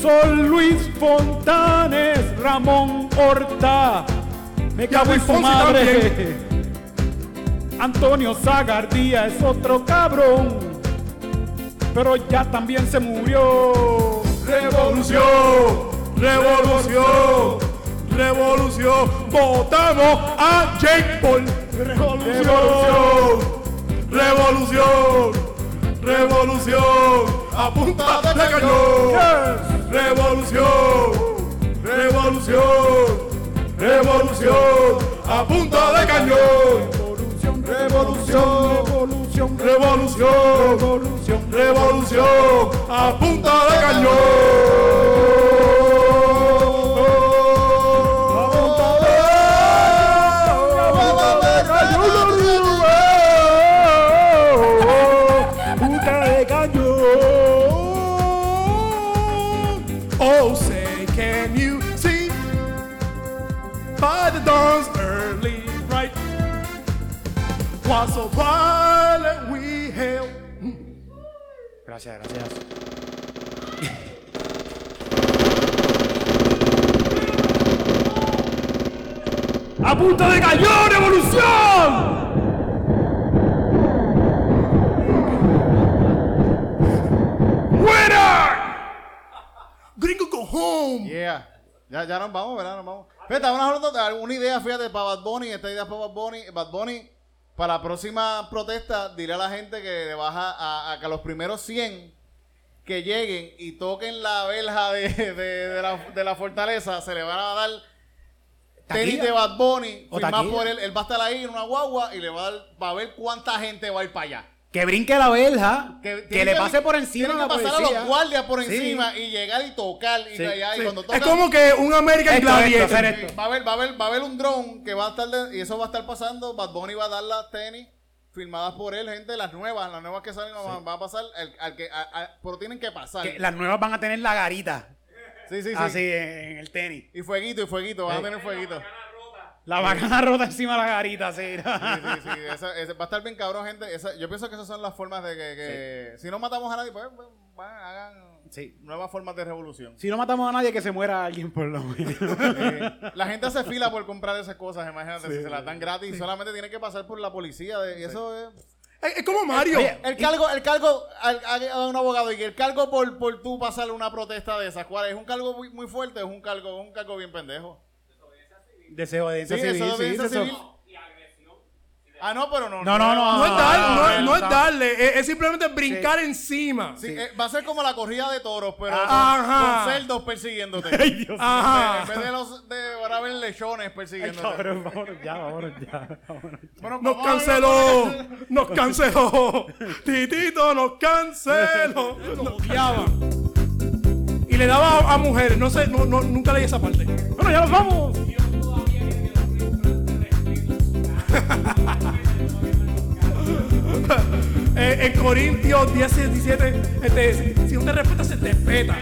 [SPEAKER 3] Sol Luis Fontanes, Ramón Horta. Me cago en
[SPEAKER 2] Luis
[SPEAKER 3] su
[SPEAKER 2] Fonsi
[SPEAKER 3] madre. Antonio Zagardía es otro cabrón, pero ya también se murió.
[SPEAKER 2] Revolución, revolución, revolución. Votamos a Jake Paul. Revolución, revolución, revolución. A punta de cañón. Revolución, revolución, revolución. A punta de cañón.
[SPEAKER 3] Revolución,
[SPEAKER 2] revolución,
[SPEAKER 3] revolución,
[SPEAKER 2] Revolución,
[SPEAKER 3] revolución,
[SPEAKER 2] revolución. A punta de cañón. A punta de Puta de cañón. Oh, say, can you see by the dawn's early light what so violent we hail?
[SPEAKER 8] Gracias, gracias.
[SPEAKER 3] ¡A punta de cañón, evolución! ¡Fuera!
[SPEAKER 2] Gringo, go home.
[SPEAKER 4] Yeah. Ya, ya nos vamos, ¿verdad? Nos vamos. Fíjate, estamos hablando de alguna idea, fíjate, para Bad Bunny, esta idea es para Bad Bunny. Bad Bunny, para la próxima protesta, diré a la gente que le baja a, a que los primeros 100 que lleguen y toquen la verja de, de- de la, de la fortaleza, se le van a dar tenis
[SPEAKER 8] Taquilla.
[SPEAKER 4] de Bad Bunny,
[SPEAKER 8] O
[SPEAKER 4] firmado
[SPEAKER 8] taquilla.
[SPEAKER 4] por él, él va a estar ahí en una guagua y le va a dar, va a ver cuánta gente va a ir para allá.
[SPEAKER 8] Que brinque la verja, que,
[SPEAKER 4] tiene
[SPEAKER 8] le pase por encima
[SPEAKER 4] tiene
[SPEAKER 8] a la
[SPEAKER 4] que pasar a
[SPEAKER 8] policía.
[SPEAKER 4] los guardias por
[SPEAKER 8] Sí.
[SPEAKER 4] encima y llegar y tocar y,
[SPEAKER 8] Sí,
[SPEAKER 4] allá, y
[SPEAKER 8] sí.
[SPEAKER 4] cuando
[SPEAKER 2] Es
[SPEAKER 4] tocan-
[SPEAKER 2] como que un American
[SPEAKER 8] Esto, esto,
[SPEAKER 2] Gladiator.
[SPEAKER 8] hacer
[SPEAKER 4] Sí,
[SPEAKER 8] esto.
[SPEAKER 4] Va a haber, va a haber, va a haber un dron que va a estar de- y eso va a estar pasando. Bad Bunny va a dar las tenis firmadas por él, gente, las nuevas, las nuevas que salen van va a pasar al, al que, a- a- pero tienen que pasar.
[SPEAKER 8] Que las nuevas van a tener la garita,
[SPEAKER 4] Sí, sí, sí.
[SPEAKER 8] así en el tenis.
[SPEAKER 4] Y fueguito, y fueguito, van a tener fueguito.
[SPEAKER 8] La bacana rota encima de la garita, sí.
[SPEAKER 4] Sí, sí, sí. esa- esa- va a estar bien cabrón, gente. Esa- yo pienso que esas son las formas de que, que- si no matamos a nadie, pues, pues, van, hagan
[SPEAKER 8] Sí.
[SPEAKER 4] nuevas formas de revolución.
[SPEAKER 8] Si no matamos a nadie, que se muera alguien por lo menos.
[SPEAKER 4] Eh, la gente hace fila por comprar esas cosas, imagínate, si se las dan gratis, solamente tienen que pasar por la policía. de- y eso es...
[SPEAKER 2] Es, es como Mario.
[SPEAKER 8] Oye,
[SPEAKER 4] El cargo, el cargo, al- a a un abogado, y que el cargo por, por tú pasar una protesta de esas, ¿cuál es? ¿Es un cargo muy, muy fuerte? ¿Es un cargo, un cargo bien pendejo?
[SPEAKER 8] Deseo de
[SPEAKER 4] Sí,
[SPEAKER 8] audiencia
[SPEAKER 4] eso
[SPEAKER 8] civil,
[SPEAKER 4] es
[SPEAKER 8] sí,
[SPEAKER 4] obediencia
[SPEAKER 8] eso-
[SPEAKER 4] civil. Ah, no, pero no.
[SPEAKER 8] No, no, no.
[SPEAKER 2] No es dar- no es-
[SPEAKER 8] Ah,
[SPEAKER 2] no es
[SPEAKER 8] no.
[SPEAKER 2] darle, es, es simplemente brincar encima.
[SPEAKER 4] Sí, eh, va a ser como la corrida de toros, pero
[SPEAKER 2] Ajá.
[SPEAKER 4] con, con cerdos persiguiéndote.
[SPEAKER 2] Ah, Ajá.
[SPEAKER 4] En vez de los de van a haber lechones
[SPEAKER 8] Ay,
[SPEAKER 4] persiguiéndote.
[SPEAKER 8] cabrón, vámonos ya, vámonos ya. vámonos ya.
[SPEAKER 4] Bueno,
[SPEAKER 2] Nos
[SPEAKER 4] vamos a ver
[SPEAKER 2] canceló,
[SPEAKER 4] la-
[SPEAKER 2] nos canceló. Titito nos canceló. Nos odiaba. Y le daba a, a mujeres, no sé, no, no, nunca leí esa parte.
[SPEAKER 8] Bueno, ya nos vamos.
[SPEAKER 2] Eh, en Corintios 10, 17, este, si no te respeta, se te peta.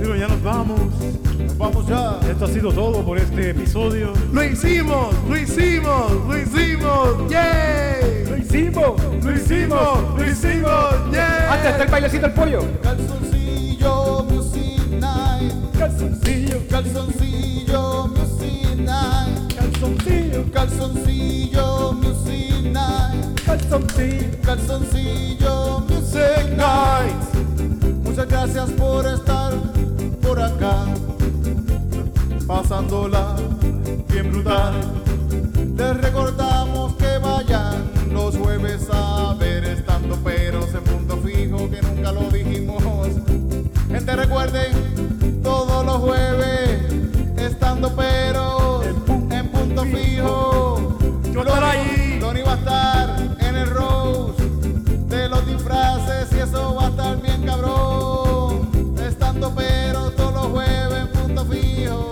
[SPEAKER 9] Digo, ya nos vamos.
[SPEAKER 6] Nos vamos ya.
[SPEAKER 9] Esto ha sido todo por este episodio.
[SPEAKER 2] Lo hicimos, lo hicimos, lo hicimos, yay.
[SPEAKER 9] Lo hicimos,
[SPEAKER 2] Lo hicimos, lo hicimos, yeah.
[SPEAKER 3] Antes está el bailecito del pollo.
[SPEAKER 6] Calzoncillo Music Night.
[SPEAKER 9] calzoncillo,
[SPEAKER 6] Calzoncillo Music Night.
[SPEAKER 9] calzoncillo,
[SPEAKER 6] Calzoncillo Music Night.
[SPEAKER 9] calzoncillo.
[SPEAKER 6] Calzoncillo Music Night. Muchas gracias por estar por acá. Pasándola bien brutal. Les recordamos que vayan los jueves a ver estando peros en punto fijo que nunca lo dijimos. Gente recuerden todos los jueves estando peros en punto, fijo.
[SPEAKER 2] Yo estaré ahí.
[SPEAKER 6] Donny va a estar en el Rose de los disfraces y eso va a estar bien cabrón. Estando pero todos los jueves en punto fijo.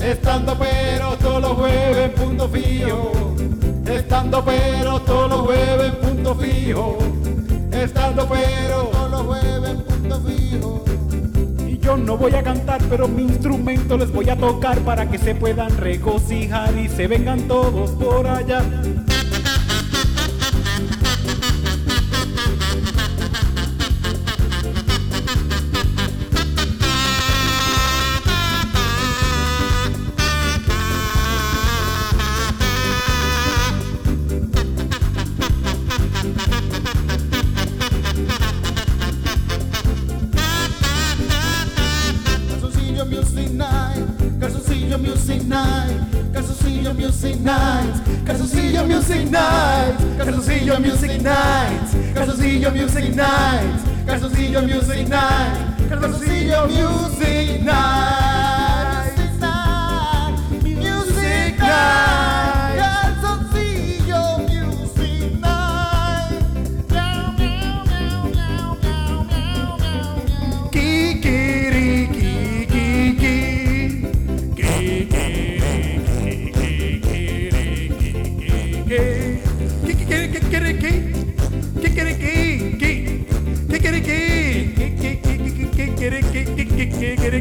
[SPEAKER 6] Estando pero todos los jueves en punto fijo. Estando pero todos los jueves en punto fijo. Estando pero todos los jueves en punto fijo.
[SPEAKER 9] Y yo no voy a cantar, pero mi instrumento les voy a tocar para que se puedan regocijar y se vengan todos por allá.
[SPEAKER 6] Calzoncillo Music Night, Calzoncillo Music Night, Calzoncillo Music Night, Calzoncillo Music Night, Calzoncillo Music Night, Calzoncillo Music Night, Calzoncillo Music Night, Calzoncillo Music Night. Music Night, Calzoncillo Music Night. Meow, meow, meow, meow, meow, meow, meow, meow.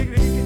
[SPEAKER 2] Kikiriki,